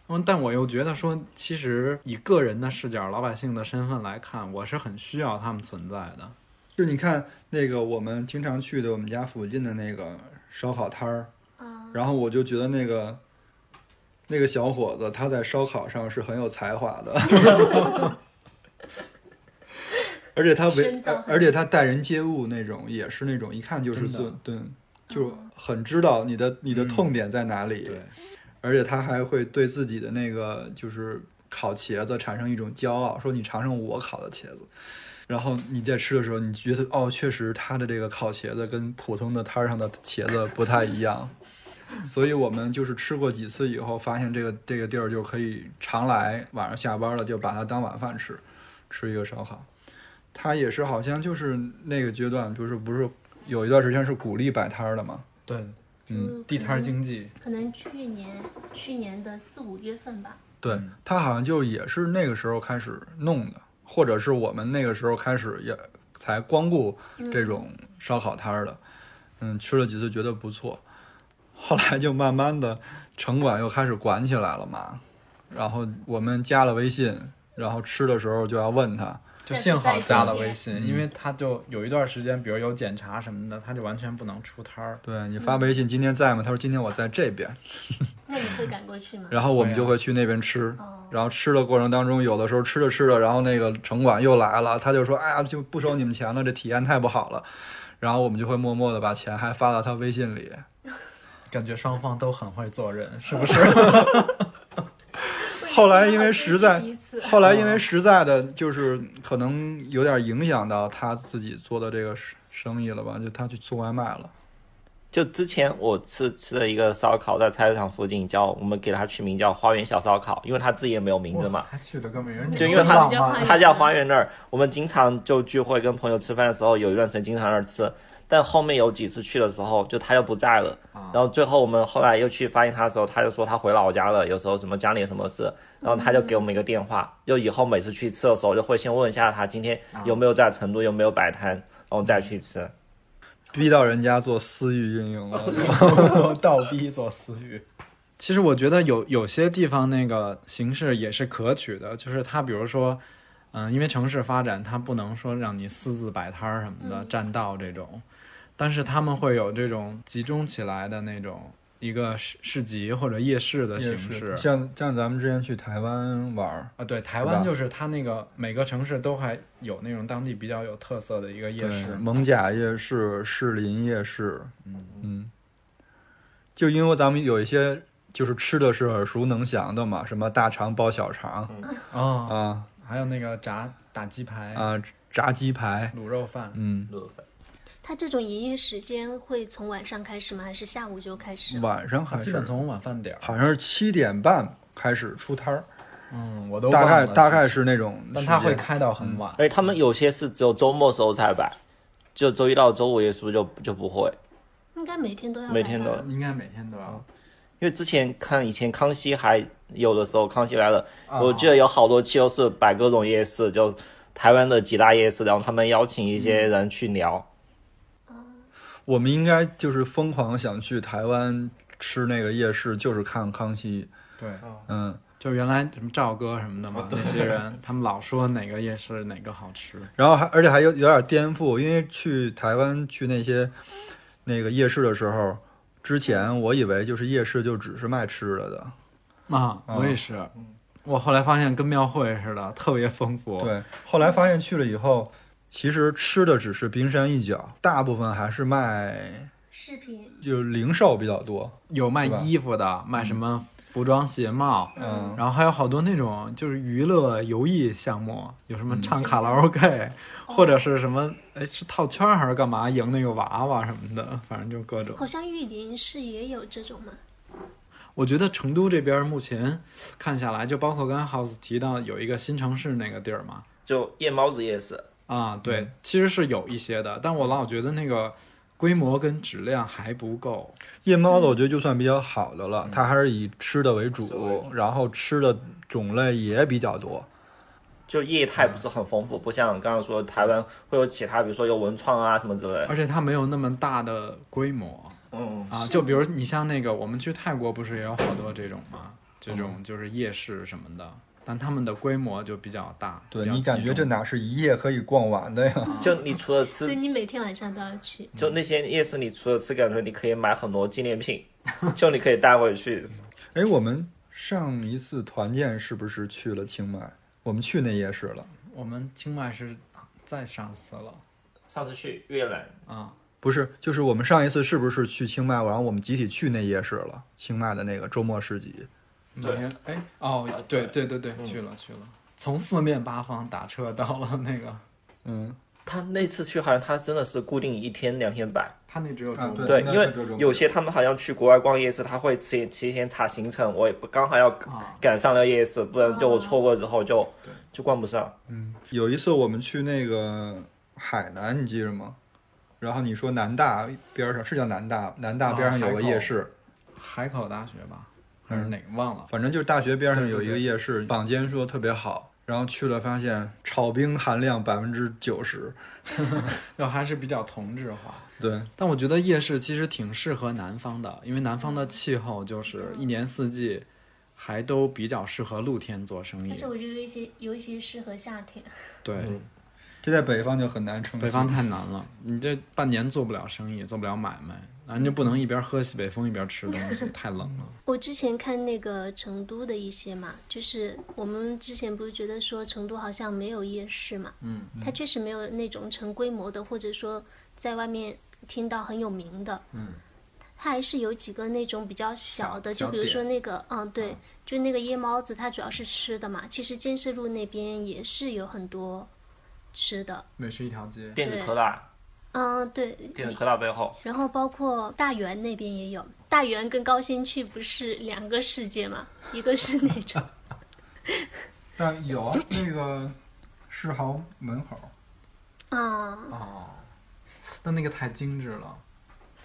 [SPEAKER 2] 嗯，但我又觉得说，其实以个人的视角、老百姓的身份来看，我是很需要他们存在的。
[SPEAKER 1] 就你看那个我们经常去的我们家附近的那个烧烤摊儿，
[SPEAKER 5] 哦
[SPEAKER 1] 然后我就觉得那个那个小伙子他在烧烤上是很有才华的， 而且他为
[SPEAKER 5] 深造
[SPEAKER 1] 而且他待人接物那种也是那种一看就是
[SPEAKER 2] 真的嗯
[SPEAKER 1] 做
[SPEAKER 5] 哦
[SPEAKER 1] 对，就很知道你的你的痛点在哪里，
[SPEAKER 2] 对，
[SPEAKER 1] 而且他还会对自己的那个就是烤茄子产生一种骄傲，说你尝尝我烤的茄子。然后你在吃的时候，你觉得哦，确实他的这个烤茄子跟普通的摊儿上的茄子不太一样，所以我们就是吃过几次以后，发现这个这个地儿就可以常来，晚上下班了就把它当晚饭吃，吃一个烧烤。他也是好像就是那个阶段，就是不是有一段时间是鼓励摆摊儿的嘛？
[SPEAKER 2] 对，
[SPEAKER 1] 嗯
[SPEAKER 2] 地摊儿经济，
[SPEAKER 5] 可能去年去年的四五月份吧，
[SPEAKER 1] 对他好像就也是那个时候开始弄的，或者是我们那个时候开始也才光顾这种烧烤摊儿的，嗯，吃了几次觉得不错，后来就慢慢的城管又开始管起来了嘛，然后我们加了微信，然后吃的时候就要问他，
[SPEAKER 2] 就幸好加了微
[SPEAKER 1] 嗯
[SPEAKER 2] 信，因为他就有一段时间，比如有检查什么的，他就完全不能出摊儿。
[SPEAKER 1] 对你发微信今天在吗？他说今天我在这边，
[SPEAKER 5] 那你会赶过去吗？
[SPEAKER 1] 然后我们
[SPEAKER 2] 对啊
[SPEAKER 1] 就会去那边吃。
[SPEAKER 5] 哦，
[SPEAKER 1] 然后吃的过程当中，有的时候吃着吃着，然后那个城管又来了，他就说：“哎呀，就不收你们钱了，这体验太不好了。”然后我们就会默默的把钱还发到他微信里。
[SPEAKER 2] 感觉双方都很会做人，是不是？
[SPEAKER 1] 后来因为实在
[SPEAKER 5] 为什么要珍惜彼此
[SPEAKER 1] 后来因
[SPEAKER 2] 嗯
[SPEAKER 1] 为实在的，就是可能有点影响到他自己做的这个生意了吧，就他去做外卖了。
[SPEAKER 3] 就之前我吃吃了一个烧烤，在菜市场附近叫我们给它取名叫花园小烧烤，因为它自己也没有名字 嘛。
[SPEAKER 2] 还取了个名儿，
[SPEAKER 3] 就因为
[SPEAKER 2] 真
[SPEAKER 3] 他
[SPEAKER 2] 浪
[SPEAKER 5] 浪漫
[SPEAKER 2] 漫。啊
[SPEAKER 3] 他叫花园那儿，我们经常就聚会跟朋友吃饭的时候，有一段时间经常在那儿吃。但后面有几次去的时候，就他又不在了。然后最后我们后来又去发现他的时候，他就说他回老家了，有时候什么家里有什么事，然后他就给我们一个电话，就以后每次去吃的时候就会先问一下他今天有没有在成都有没有摆摊，然后再去吃。
[SPEAKER 1] 逼到人家做私域运营
[SPEAKER 2] 哦
[SPEAKER 1] 了，
[SPEAKER 2] 倒逼做私欲。其实我觉得有有些地方那个形式也是可取的，就是它比如说，嗯、因为城市发展，它不能说让你私自摆摊儿什么的、占道这种，但是他们会有这种集中起来的那种一个市市集或者夜市的形式。
[SPEAKER 1] 像像咱们之前去台湾玩儿，
[SPEAKER 2] 啊，对，台
[SPEAKER 1] 是吧
[SPEAKER 2] 湾就是它那个每个城市都还有那种当地比较有特色的一个夜
[SPEAKER 1] 对
[SPEAKER 2] 市，
[SPEAKER 1] 蒙甲夜市、士林夜市，嗯就因为咱们有一些就是吃的是耳熟能详的嘛，什么大肠包小肠
[SPEAKER 2] 啊、
[SPEAKER 1] 啊
[SPEAKER 2] 还有那个炸打鸡排、
[SPEAKER 1] 啊，炸鸡排，
[SPEAKER 2] 卤肉饭，
[SPEAKER 1] 嗯，
[SPEAKER 4] 他这种营业时间会从晚上开始吗？还是下午就开始？
[SPEAKER 1] 晚上还
[SPEAKER 2] 基
[SPEAKER 1] 是
[SPEAKER 2] 本啊从晚饭点儿。
[SPEAKER 1] 好像是七点半开始出摊儿，
[SPEAKER 2] 嗯，我都
[SPEAKER 1] 大
[SPEAKER 2] 忘
[SPEAKER 1] 概
[SPEAKER 2] 了
[SPEAKER 1] 大概
[SPEAKER 2] 具体，
[SPEAKER 1] 是那种时间，
[SPEAKER 2] 但它会开到很晚。
[SPEAKER 3] 而且他们有些是只有周末时候才摆，就周一到周五也是不是就就不会？
[SPEAKER 5] 应该每天都要
[SPEAKER 3] 每天
[SPEAKER 5] 来吧
[SPEAKER 3] 都
[SPEAKER 2] 应该每天都要。
[SPEAKER 3] 因为之前看以前康熙还有的时候，康熙来了，
[SPEAKER 2] 啊
[SPEAKER 3] 我记得有好多期都是摆各种夜市，就台湾的几大夜市，然后他们邀请一些人去聊。
[SPEAKER 1] 我们应该就是疯狂想去台湾吃那个夜市，就是看康熙，
[SPEAKER 2] 对，哦
[SPEAKER 1] 嗯。
[SPEAKER 2] 啊就原来什么赵哥什么的嘛，那些人他们老说哪个夜市哪个好吃。
[SPEAKER 1] 然后还而且还有有点颠覆，因为去台湾去那些那个夜市的时候，之前我以为就是夜市就只是卖吃的的，
[SPEAKER 2] 啊，我也是，我后来发现跟庙会似的，特别丰富。，
[SPEAKER 1] 对。后来发现去了以后，其实吃的只是冰山一角，大部分还是卖
[SPEAKER 5] 视频，
[SPEAKER 1] 就是零售比较多。
[SPEAKER 2] 有卖
[SPEAKER 1] 对吧
[SPEAKER 2] 衣服的，卖什么服装鞋帽，
[SPEAKER 1] 嗯，
[SPEAKER 2] 然后还有好多那种就是娱乐游艺项目，有什么唱卡拉 OK，、或者是什么哎是套圈儿还是干嘛赢那个娃娃什么的，反正就各种。
[SPEAKER 4] 好像玉林是也有这种吗？
[SPEAKER 2] 我觉得成都这边目前看下来，就包括刚才 House 提到有一个新城市那个地儿嘛，
[SPEAKER 3] 就夜猫子夜市，
[SPEAKER 2] 啊，
[SPEAKER 1] 嗯
[SPEAKER 2] 对，其实是有一些的，但我老觉得那个规模跟质量还不够。
[SPEAKER 1] 夜猫子我觉得就算比较好的
[SPEAKER 2] 嗯
[SPEAKER 1] 了，它还是以吃的为主，然后吃的种类也比较多。
[SPEAKER 3] 就业态不是很丰富，不像刚刚说台湾会有其他，比如说有文创啊什么之类的。
[SPEAKER 2] 而且它没有那么大的规模
[SPEAKER 3] 嗯，
[SPEAKER 2] 啊，就比如你像那个我们去泰国不是也有好多这种吗？这
[SPEAKER 1] 嗯
[SPEAKER 2] 种就是夜市什么的，但他们的规模就比较大。
[SPEAKER 1] 对
[SPEAKER 2] 比较
[SPEAKER 1] 你感
[SPEAKER 2] 集
[SPEAKER 1] 觉
[SPEAKER 2] 中
[SPEAKER 1] 这哪是一夜可以逛完的呀？
[SPEAKER 3] 就你除了
[SPEAKER 4] 所以
[SPEAKER 3] 吃，
[SPEAKER 4] 你每天晚上都要去。
[SPEAKER 3] 就那些夜市，你除了吃，感觉你可以买很多纪念品，就你可以带回去。
[SPEAKER 1] 哎，我们上一次团建是不是去了清迈？我们去那夜市了，
[SPEAKER 2] 我们清迈是再上次了
[SPEAKER 3] 上次去越南，
[SPEAKER 2] 啊、
[SPEAKER 1] 不是，就是我们上一次是不是去清迈？然后我们集体去那夜市了，清迈的那个周末市集。
[SPEAKER 3] 对
[SPEAKER 2] 没，哎，哦，对对对对，去了去了，从四面八方打车到了那个，
[SPEAKER 1] 嗯，
[SPEAKER 3] 他那次去好像他真的是固定一天两天摆，
[SPEAKER 2] 他那只有
[SPEAKER 1] 啊
[SPEAKER 2] 中国
[SPEAKER 1] 对
[SPEAKER 3] 对，
[SPEAKER 1] 那
[SPEAKER 3] 因为
[SPEAKER 1] 那这种
[SPEAKER 3] 有些他们好像去国外逛夜市，他会提提前查行程，我也不刚好要
[SPEAKER 2] 啊
[SPEAKER 3] 赶上了夜市，不然
[SPEAKER 5] 啊
[SPEAKER 3] 就我错过之后就就逛不上。
[SPEAKER 1] 有一次我们去那个海南，你记着吗？然后你说南大边儿上是叫南大，南大边儿上有
[SPEAKER 2] 啊海
[SPEAKER 1] 个
[SPEAKER 2] 口
[SPEAKER 1] 夜市，
[SPEAKER 2] 海口大学吧，还是哪个忘了。
[SPEAKER 1] 反正就是大学边上
[SPEAKER 2] 对对
[SPEAKER 1] 有一个
[SPEAKER 2] 对
[SPEAKER 1] 夜市，坊间说特别好，然后去了发现炒冰含量百分之九十。
[SPEAKER 2] 就还是比较同质化。
[SPEAKER 1] 对，
[SPEAKER 2] 但我觉得夜市其实挺适合南方的，因为南方
[SPEAKER 4] 嗯
[SPEAKER 2] 的气候
[SPEAKER 4] 啊
[SPEAKER 2] 就是一年四季，还都比较适合露天做生
[SPEAKER 4] 而
[SPEAKER 2] 意
[SPEAKER 4] 且。我觉得有一些，尤其适合夏天。
[SPEAKER 2] 对，
[SPEAKER 1] 这在北方就很难成。
[SPEAKER 2] 北方太难了，你这半年做不了生意，做不了买卖，然后就不能一边喝西北风一边吃东 西，太冷了。
[SPEAKER 5] 我之前看那个成都的一些嘛，就是我们之前不是觉得说成都好像没有夜市嘛，
[SPEAKER 2] 嗯，
[SPEAKER 5] 它确实没有那种成规模的，或者说在外面听到很有名的，嗯，它还是有几个那种比较小的，
[SPEAKER 2] 小
[SPEAKER 5] 就比如
[SPEAKER 2] 点
[SPEAKER 5] 说那个，嗯，对，就那个夜猫子，它主要是吃的嘛，其实建设路那边也是有很多吃的，
[SPEAKER 2] 美食一条街，
[SPEAKER 3] 电子科大，
[SPEAKER 5] 嗯，对，
[SPEAKER 3] 电子科大背后，
[SPEAKER 5] 然后包括大原那边也有，大原跟高新区不是两个世界嘛，一个是那种。
[SPEAKER 1] 但有 啊那个世豪门口，
[SPEAKER 5] 啊，
[SPEAKER 2] 哦，但那个太精致了，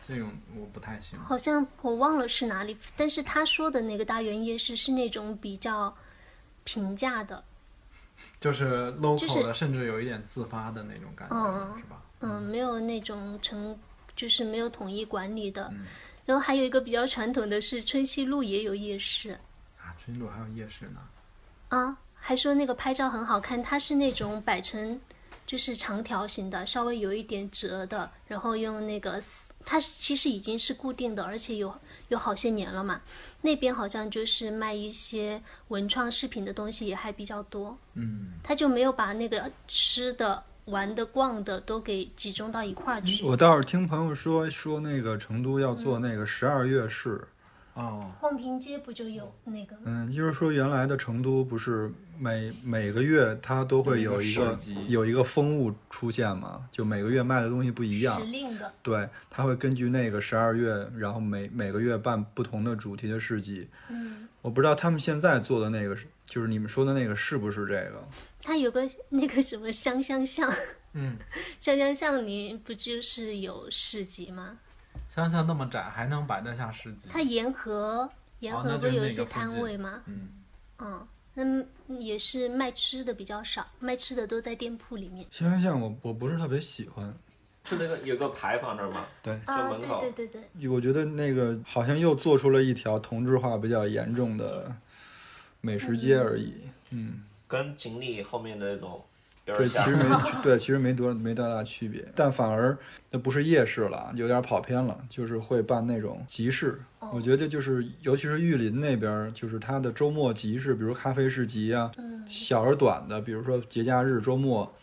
[SPEAKER 2] 这种我不太行。
[SPEAKER 5] 好像我忘了是哪里，但是他说的那个大原夜市是那种比较平价的，
[SPEAKER 2] 就是 local
[SPEAKER 5] 就是
[SPEAKER 2] 甚至有一点自发的那种感
[SPEAKER 5] 嗯
[SPEAKER 2] 吧？
[SPEAKER 5] 嗯，没有那种成，就是没有统一管理的。然后还有一个比较传统的是春熙路也有夜市
[SPEAKER 2] 啊，春路还有夜市呢。
[SPEAKER 5] 啊，还说那个拍照很好看，它是那种摆成。就是长条形的，稍微有一点折的，然后用那个丝，它其实已经是固定的，而且有有好些年了嘛。那边好像就是卖一些文创饰品的东西也还比较多。
[SPEAKER 2] 嗯。
[SPEAKER 5] 他就没有把那个吃的、玩的、逛的都给集中到一块儿去。
[SPEAKER 1] 我倒是听朋友说说那个成都要做那个十二月市，
[SPEAKER 2] 哦，
[SPEAKER 5] 望平街不就有那个吗？
[SPEAKER 1] 嗯，就是说原来的成都不是每每个月它都会有一
[SPEAKER 2] 有一
[SPEAKER 1] 个
[SPEAKER 2] 个市集
[SPEAKER 1] 有一个风物出现嘛，就每个月卖的东西不一样
[SPEAKER 5] 时，令的，
[SPEAKER 1] 对，它会根据那个十二月，然后每每个月办不同的主题的市集。
[SPEAKER 5] 嗯，
[SPEAKER 1] 我不知道他们现在做的那个是，就是你们说的那个是不是这个？
[SPEAKER 5] 它有个那个什么香香巷，
[SPEAKER 2] 嗯，
[SPEAKER 5] 香香巷里不就是有市集吗？
[SPEAKER 2] 想想那么窄还能摆得下市集？
[SPEAKER 5] 它沿河沿
[SPEAKER 2] 哦
[SPEAKER 5] 河
[SPEAKER 2] 那
[SPEAKER 5] 不
[SPEAKER 2] 就是
[SPEAKER 5] 有
[SPEAKER 2] 那
[SPEAKER 5] 一
[SPEAKER 2] 个
[SPEAKER 5] 些
[SPEAKER 2] 附
[SPEAKER 5] 摊
[SPEAKER 2] 近
[SPEAKER 5] 位吗？
[SPEAKER 2] 嗯，
[SPEAKER 5] 嗯，那么也是卖吃的比较少，卖吃的都在店铺里面。
[SPEAKER 1] 香香巷我我不是特别喜欢，
[SPEAKER 3] 就那个有个牌坊那儿嘛，
[SPEAKER 2] 对，
[SPEAKER 5] 啊，
[SPEAKER 3] 门
[SPEAKER 5] 对
[SPEAKER 3] 口
[SPEAKER 5] 对对对，
[SPEAKER 1] 我觉得那个好像又做出了一条同质化比较严重的美食街而已。嗯，
[SPEAKER 3] 跟锦里后面的那种有
[SPEAKER 1] 对，
[SPEAKER 3] 点
[SPEAKER 1] 其
[SPEAKER 3] 像
[SPEAKER 1] 实。没对，其实没多没多大区别，但反而那不是夜市了，有点跑偏了，就是会办那种集市。
[SPEAKER 3] 哦
[SPEAKER 1] 我觉得就是，尤其是玉林那边儿，就是它的周末集市，比如咖啡市集啊，
[SPEAKER 3] 嗯
[SPEAKER 1] 小而短的，比如说节假日、周末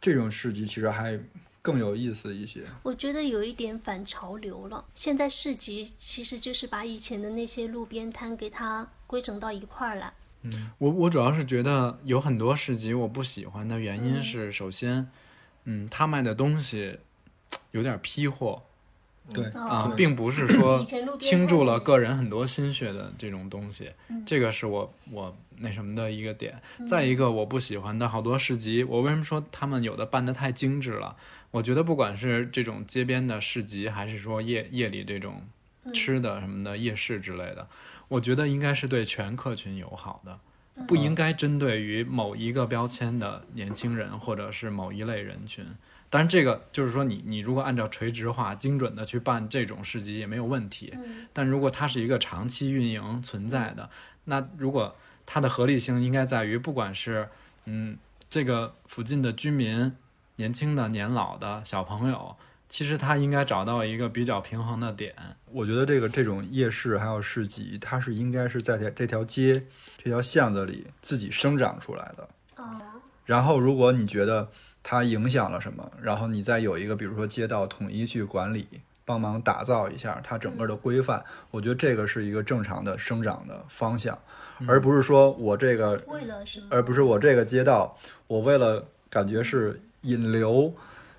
[SPEAKER 1] 这种市集，其实还更有意思一些。
[SPEAKER 5] 我觉得有一点反潮流了。现在市集其实就是把以前的那些路边摊给它规整到一块儿来。
[SPEAKER 2] 我我主要是觉得有很多市集我不喜欢的原因是，首先，嗯，他卖的东西有点批货
[SPEAKER 1] 对，
[SPEAKER 2] 啊，
[SPEAKER 1] 对
[SPEAKER 2] 并不是说
[SPEAKER 5] 以前路边摊
[SPEAKER 2] 倾注了
[SPEAKER 5] 那
[SPEAKER 2] 个人很多心血的这种东西，这个是我我那什么的一个点。
[SPEAKER 5] 嗯
[SPEAKER 2] 再一个，我不喜欢的好多市集，我为什么说他们有的办得太精致了？我觉得不管是这种街边的市集，还是说夜夜里这种吃的什么的夜市之类的，我觉得应该是对全客群友好的。
[SPEAKER 5] 嗯
[SPEAKER 2] 不应该针对于某一个标签的年轻人，或者是某一类人群。当然，这个就是说你，你如果按照垂直化、精准的去办这种市集也没有问题。但如果它是一个长期运营存在的，那如果它的合理性应该在于，不管是嗯这个附近的居民、年轻的、年老的小朋友，其实他应该找到一个比较平衡的点。
[SPEAKER 1] 我觉得这个这种夜市还有市集，它是应该是在这这条街、这条巷子里自己生长出来的。
[SPEAKER 5] 哦，
[SPEAKER 1] 然后，如果你觉得它影响了什么，然后你再有一个，比如说街道统一去管理，帮忙打造一下它整个的规范，我觉得这个是一个正常的生长的方向，而不是说我这个
[SPEAKER 2] 嗯
[SPEAKER 5] 为了什么？
[SPEAKER 1] 而不是我这个街道，我为了感觉是引流，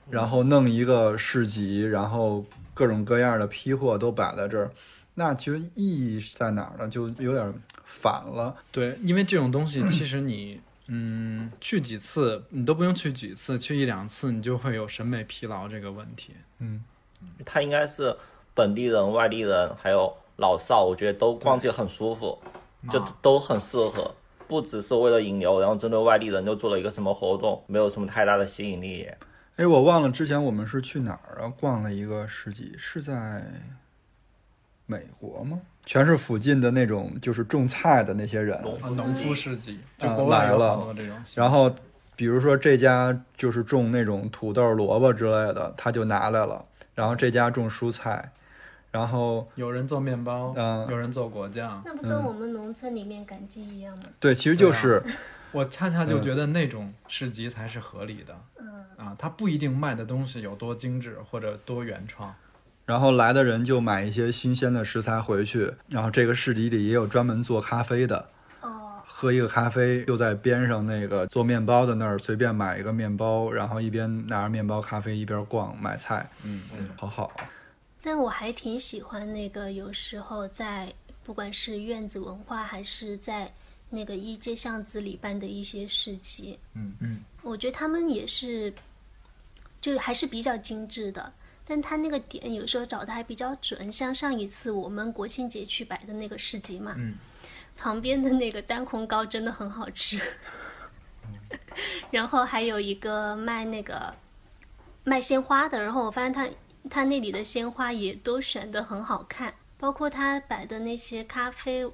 [SPEAKER 1] 然后弄一个市集，然后各种各样的批货都摆在这儿，那其实意义在哪儿呢？就有点反了。
[SPEAKER 2] 对，因为这种东西其实你。嗯，去几次你都不用去几次，去一两次你就会有审美疲劳这个问题。
[SPEAKER 3] 它应该是本地人、外地人还有老少，我觉得都逛街很舒服，就都很适合。不只是为了引流，然后针对外地人又做了一个什么活动，没有什么太大的吸引力也。
[SPEAKER 1] 哎，我忘了之前我们是去哪儿啊？逛了一个市集，是在美国吗？全是附近的那种，就是种菜的那些人。
[SPEAKER 2] 农夫市集，
[SPEAKER 1] 啊
[SPEAKER 2] 就国外
[SPEAKER 1] 来
[SPEAKER 2] 有
[SPEAKER 1] 了
[SPEAKER 2] 好多这种。
[SPEAKER 1] 然后，比如说这家就是种那种土豆、萝卜之类的，他就拿来了。然后这家种蔬菜，然后
[SPEAKER 2] 有人做面包，
[SPEAKER 1] 嗯
[SPEAKER 2] 有人做果酱。
[SPEAKER 5] 那不跟我们农村里面赶集一样吗？
[SPEAKER 1] 对，其实就
[SPEAKER 2] 对啊
[SPEAKER 1] 是
[SPEAKER 2] 我恰恰
[SPEAKER 1] 嗯
[SPEAKER 2] 就觉得那种市集才是合理的。嗯啊，它不一定卖的东西有多精致或者多原创。
[SPEAKER 1] 然后来的人就买一些新鲜的食材回去，然后这个市集里也有专门做咖啡的，
[SPEAKER 5] 哦，
[SPEAKER 1] 喝一个咖啡，又在边上那个做面包的那儿随便买一个面包，然后一边拿着面包咖啡一边逛买菜，
[SPEAKER 2] 嗯，
[SPEAKER 1] 好好。
[SPEAKER 5] 但我还挺喜欢那个，有时候在不管是院子文化，还是在那个一街巷子里办的一些市集，
[SPEAKER 2] 嗯嗯，
[SPEAKER 5] 我觉得他们也是，就还是比较精致的。但他那个点有时候找的还比较准，像上一次我们国庆节去摆的那个市集嘛，
[SPEAKER 2] 嗯
[SPEAKER 5] 旁边的那个单红糕真的很好吃， 然后还有一个卖那个卖鲜花的，然后我发现他他那里的鲜花也都选的很好看，包括他摆的那些咖啡，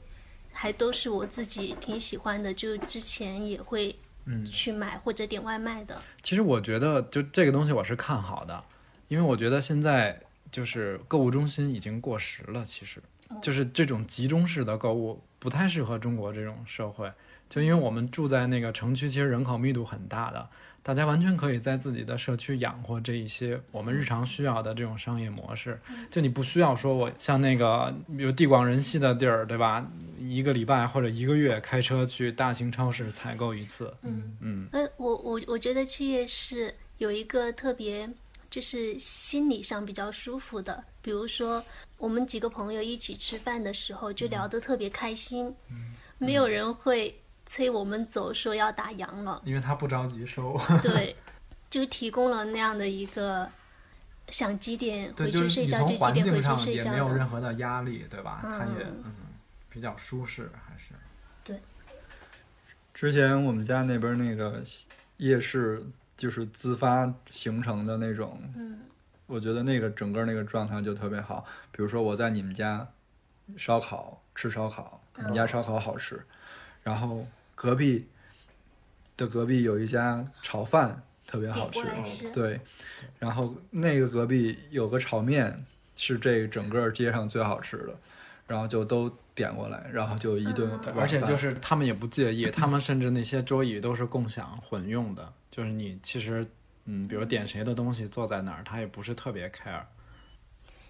[SPEAKER 5] 还都是我自己挺喜欢的，就之前也会
[SPEAKER 2] 嗯
[SPEAKER 5] 去买或者点外卖的。
[SPEAKER 2] 其实我觉得就这个东西我是看好的，因为我觉得现在就是购物中心已经过时了，其实就是这种集中式的购物不太适合中国这种社会。就因为我们住在那个城区，其实人口密度很大的，大家完全可以在自己的社区养活这一些我们日常需要的这种商业模式。就你不需要说我像那个比如地广人稀的地儿，对吧？一个礼拜或者一个月开车去大型超市采购一次。嗯嗯，，
[SPEAKER 5] 呃，我我我觉得去夜市有一个特别，就是心理上比较舒服的，比如说我们几个朋友一起吃饭的时候，就聊得特别开心，没有人会催我们走，说要打烊了
[SPEAKER 2] 因为他不着急收。
[SPEAKER 5] 对，就提供了那样的一个想几点
[SPEAKER 2] 对，
[SPEAKER 5] 回
[SPEAKER 2] 就
[SPEAKER 5] 去
[SPEAKER 2] 是
[SPEAKER 5] 睡
[SPEAKER 2] 你
[SPEAKER 5] 觉
[SPEAKER 2] 从
[SPEAKER 5] 就几
[SPEAKER 2] 环
[SPEAKER 5] 点
[SPEAKER 2] 境
[SPEAKER 5] 回去
[SPEAKER 2] 上
[SPEAKER 5] 睡
[SPEAKER 2] 也
[SPEAKER 5] 觉
[SPEAKER 2] 没有任
[SPEAKER 5] 的，
[SPEAKER 2] 何的压力，对吧？它也
[SPEAKER 5] 嗯
[SPEAKER 2] 嗯比较舒适，还是
[SPEAKER 1] 之前我们家那边那个夜市就是自发形成的那种，
[SPEAKER 5] 嗯，
[SPEAKER 1] 我觉得那个整个那个状态就特别好。比如说我在你们家烧烤吃烧烤，你
[SPEAKER 5] 嗯
[SPEAKER 1] 们家烧烤好吃，然后隔壁的隔壁有一家炒饭特别好
[SPEAKER 5] 点
[SPEAKER 1] 吃
[SPEAKER 5] 过，来吃，
[SPEAKER 1] 对，然后那个隔壁有个炒面是这整个街上最好吃的，然后就都点过来，然后就一顿晚饭，
[SPEAKER 5] 嗯
[SPEAKER 2] 而且就是他们也不介意，他们甚至那些桌椅都是共享混用的，就是你其实嗯，比如点谁的东西坐在哪儿，他也不是特别 care。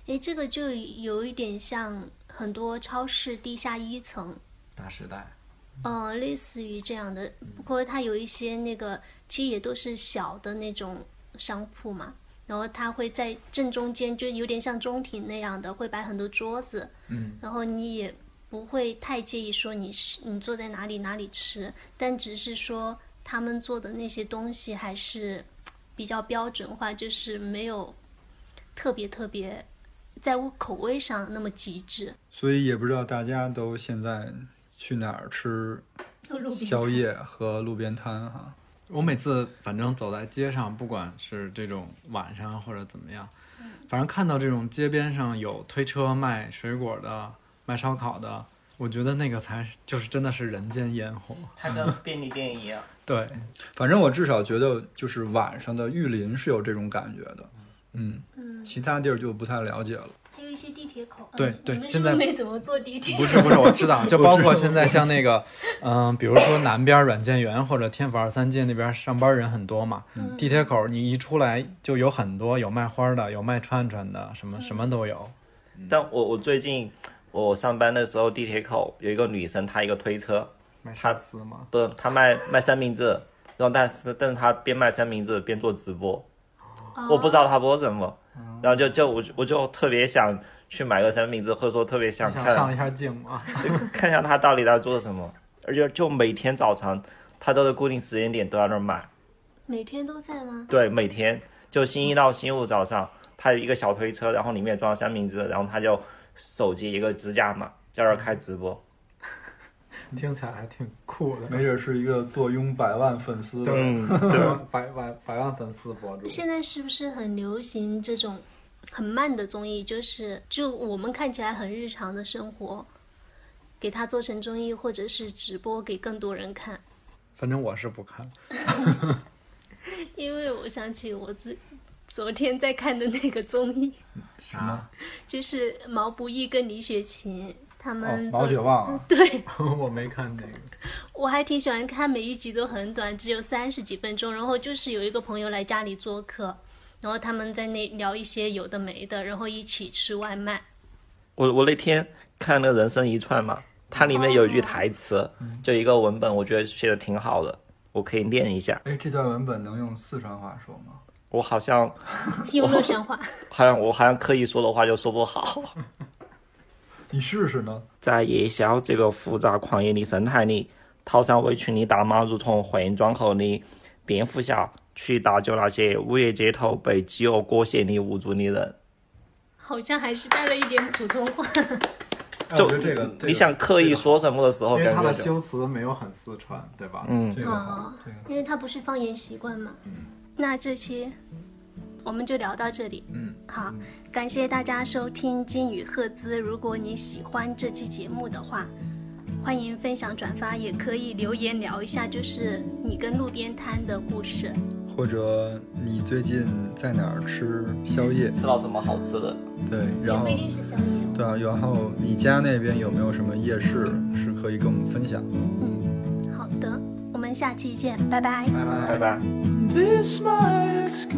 [SPEAKER 5] 诶，这个就有一点像很多超市地下一层。
[SPEAKER 2] 大时代，
[SPEAKER 5] 呃，类似于这样的，不过它有一些那个，其实也都是小的那种商铺嘛。然后它会在正中间，就有点像中庭那样的，会摆很多桌子。嗯，然后你也不会太介意说你是你坐在哪里哪里吃，但只是说他们做的那些东西还是比较标准化，就是没有特别特别在口味上那么极致。
[SPEAKER 1] 所以也不知道大家都现在去哪儿吃宵夜和路边摊哈、
[SPEAKER 2] 我每次反正走在街上，不管是这种晚上或者怎么样，
[SPEAKER 5] 嗯
[SPEAKER 2] 反正看到这种街边上有推车卖水果的、卖烧烤的，
[SPEAKER 6] 我觉得那个才是就是真的是人间烟火。
[SPEAKER 3] 它跟便利店 一样，
[SPEAKER 6] 对，
[SPEAKER 1] 反正我至少觉得，就是晚上的玉林是有这种感觉的，嗯，
[SPEAKER 4] 嗯，
[SPEAKER 1] 其他地儿就不太了解了。
[SPEAKER 4] 还有一些地铁口，
[SPEAKER 6] 对
[SPEAKER 4] 嗯
[SPEAKER 6] 对
[SPEAKER 4] 你们是
[SPEAKER 6] 现
[SPEAKER 4] 不是
[SPEAKER 6] 在
[SPEAKER 4] 没怎么坐地铁，
[SPEAKER 6] 不是不是，我知 道，就包括现在像那个，嗯、比如说南边软件园或者天府二三街那边上班人很多嘛，
[SPEAKER 4] 嗯
[SPEAKER 6] 地铁口你一出来就有很多有卖花的，有卖串串的，什
[SPEAKER 4] 嗯
[SPEAKER 6] 么什么都有。
[SPEAKER 3] 但我我最近我上班的时候，地铁口有一个女生，她一个推车，
[SPEAKER 6] 卖
[SPEAKER 3] 寿
[SPEAKER 6] 司吗？
[SPEAKER 3] 不是她卖卖三明治，然后但是但是她边卖三明治边做直播，我不知道她播什么，然后就就我就我就特别想去买个三明治，或者说特别想
[SPEAKER 6] 想
[SPEAKER 3] 看
[SPEAKER 6] 上一下镜吗？
[SPEAKER 3] 就 看一下他到底在做什么，而且就每天早上他都是固定时间点都在那儿买，
[SPEAKER 4] 每天都在吗？
[SPEAKER 3] 对，每天就星期一到星期五早上，他有一个小推车，然后里面装三明治，然后他就手机一个支架嘛，在那儿开直播，
[SPEAKER 6] 听起来还挺酷的。
[SPEAKER 1] 没准是一个坐拥百万粉丝的，
[SPEAKER 3] 嗯，对，
[SPEAKER 6] 百百百万粉丝博主
[SPEAKER 4] 现在是不是很流行这种很慢的综艺？就是就我们看起来很日常的生活，给它做成综艺或者是直播给更多人看。
[SPEAKER 6] 反正我是不看。
[SPEAKER 4] 因为我想起我昨昨天在看的那个综艺，
[SPEAKER 6] 什么？
[SPEAKER 4] 就是毛不易跟李雪琴他们
[SPEAKER 1] 哦，
[SPEAKER 4] 做、
[SPEAKER 1] 毛血旺啊，
[SPEAKER 4] 对，
[SPEAKER 6] 我没看这个。
[SPEAKER 4] 我还挺喜欢看，每一集都很短，只有三十几分钟。然后就是有一个朋友来家里做客，然后他们在那聊一些有的没的，然后一起吃外卖。
[SPEAKER 3] 我我那天看那个人生一串嘛，它里面有一句台词，就一个文本，我觉得写的挺好的，我可以念一下，
[SPEAKER 1] 哎，这段文本能用四川话说吗？
[SPEAKER 3] 我好像
[SPEAKER 4] 用乐神话，
[SPEAKER 3] 好像我好像刻意说的话就说不好。
[SPEAKER 1] 你试试呢？
[SPEAKER 3] 在夜宵这个复杂狂野的生态里，逃上围裙的大妈如同换装后的蝙蝠侠，去搭救那些午夜街头被饥饿裹挟的无助的人。
[SPEAKER 4] 好像还是带了一点普通话。
[SPEAKER 1] 哎
[SPEAKER 3] 就
[SPEAKER 1] 我觉得这个，这个
[SPEAKER 3] 你想刻意，说什么的时候，感觉就
[SPEAKER 6] 词没有很四川，对吧？
[SPEAKER 3] 嗯，
[SPEAKER 1] 这个好
[SPEAKER 4] 哦，
[SPEAKER 1] 这个好
[SPEAKER 4] 因为他不是方言习惯嘛。
[SPEAKER 5] 那这期我们就聊到这里。
[SPEAKER 1] 嗯，
[SPEAKER 5] 好，感谢大家收听金宇赫兹。如果你喜欢这期节目的话，欢迎分享转发，也可以留言聊一下，就是你跟路边摊的故事。
[SPEAKER 1] 或者你最近在哪儿吃宵夜？
[SPEAKER 3] 吃到什么好吃的？
[SPEAKER 1] 对，然后
[SPEAKER 4] 不一定是宵夜。
[SPEAKER 1] 对啊，然后你家那边有没有什么夜市是可以跟我们分享？
[SPEAKER 4] 哦
[SPEAKER 5] 好的，我们下期见，拜拜。
[SPEAKER 3] 拜拜。
[SPEAKER 2] This my excavation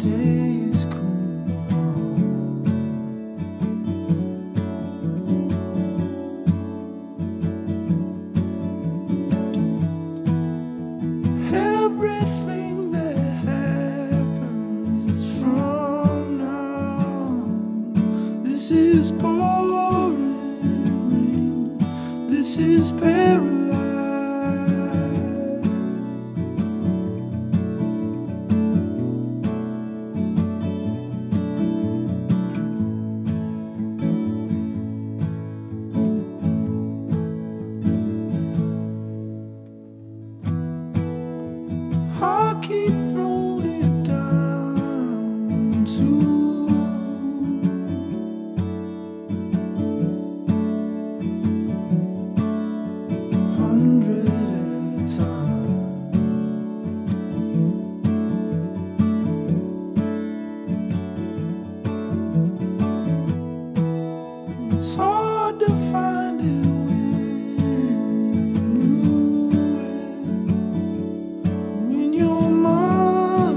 [SPEAKER 2] Days go on. Everything that happens is from now. This is boring. This is paralyzed. I keep throwing it down to hundred at a time. It's hard to find it when you knew it. When your mom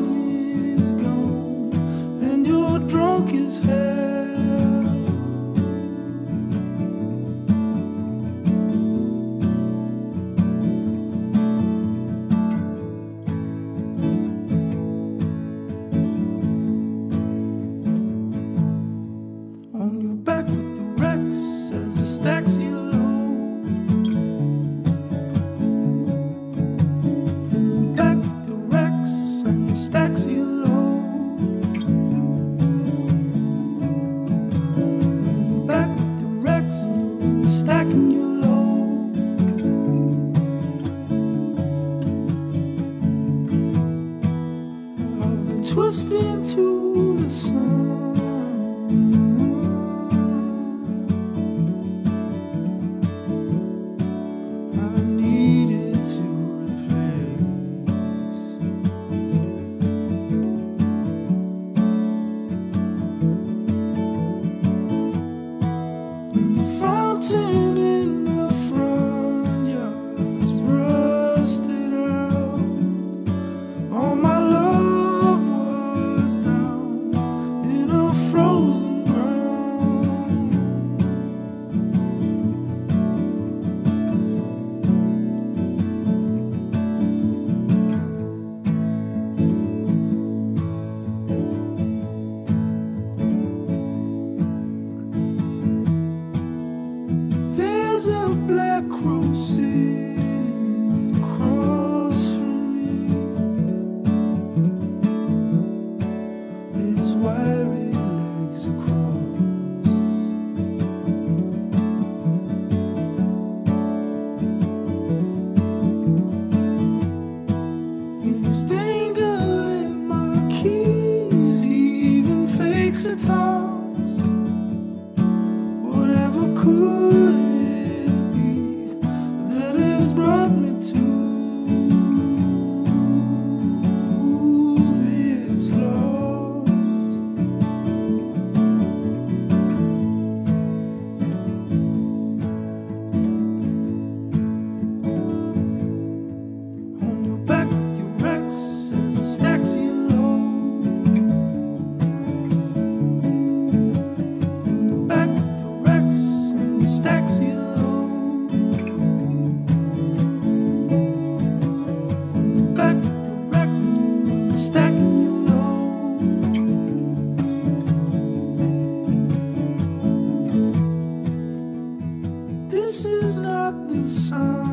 [SPEAKER 2] is gone and you're drunk as hell. on your back with the racks as the stacks you load. On your back with the racks and the stacks you load. On your back with the racks and the stacking you load. I've been twisting
[SPEAKER 7] of Black Crow sitting across from me. His wiry legs across. He's dangling my keys, he even fakes a toss. Whatever could it be that has brought me to this loss? On your back, your racks and the stacks you load. On your back, your racks and the stacks you load. On your back, your racks and the stack you load. This is not the sign. Oh,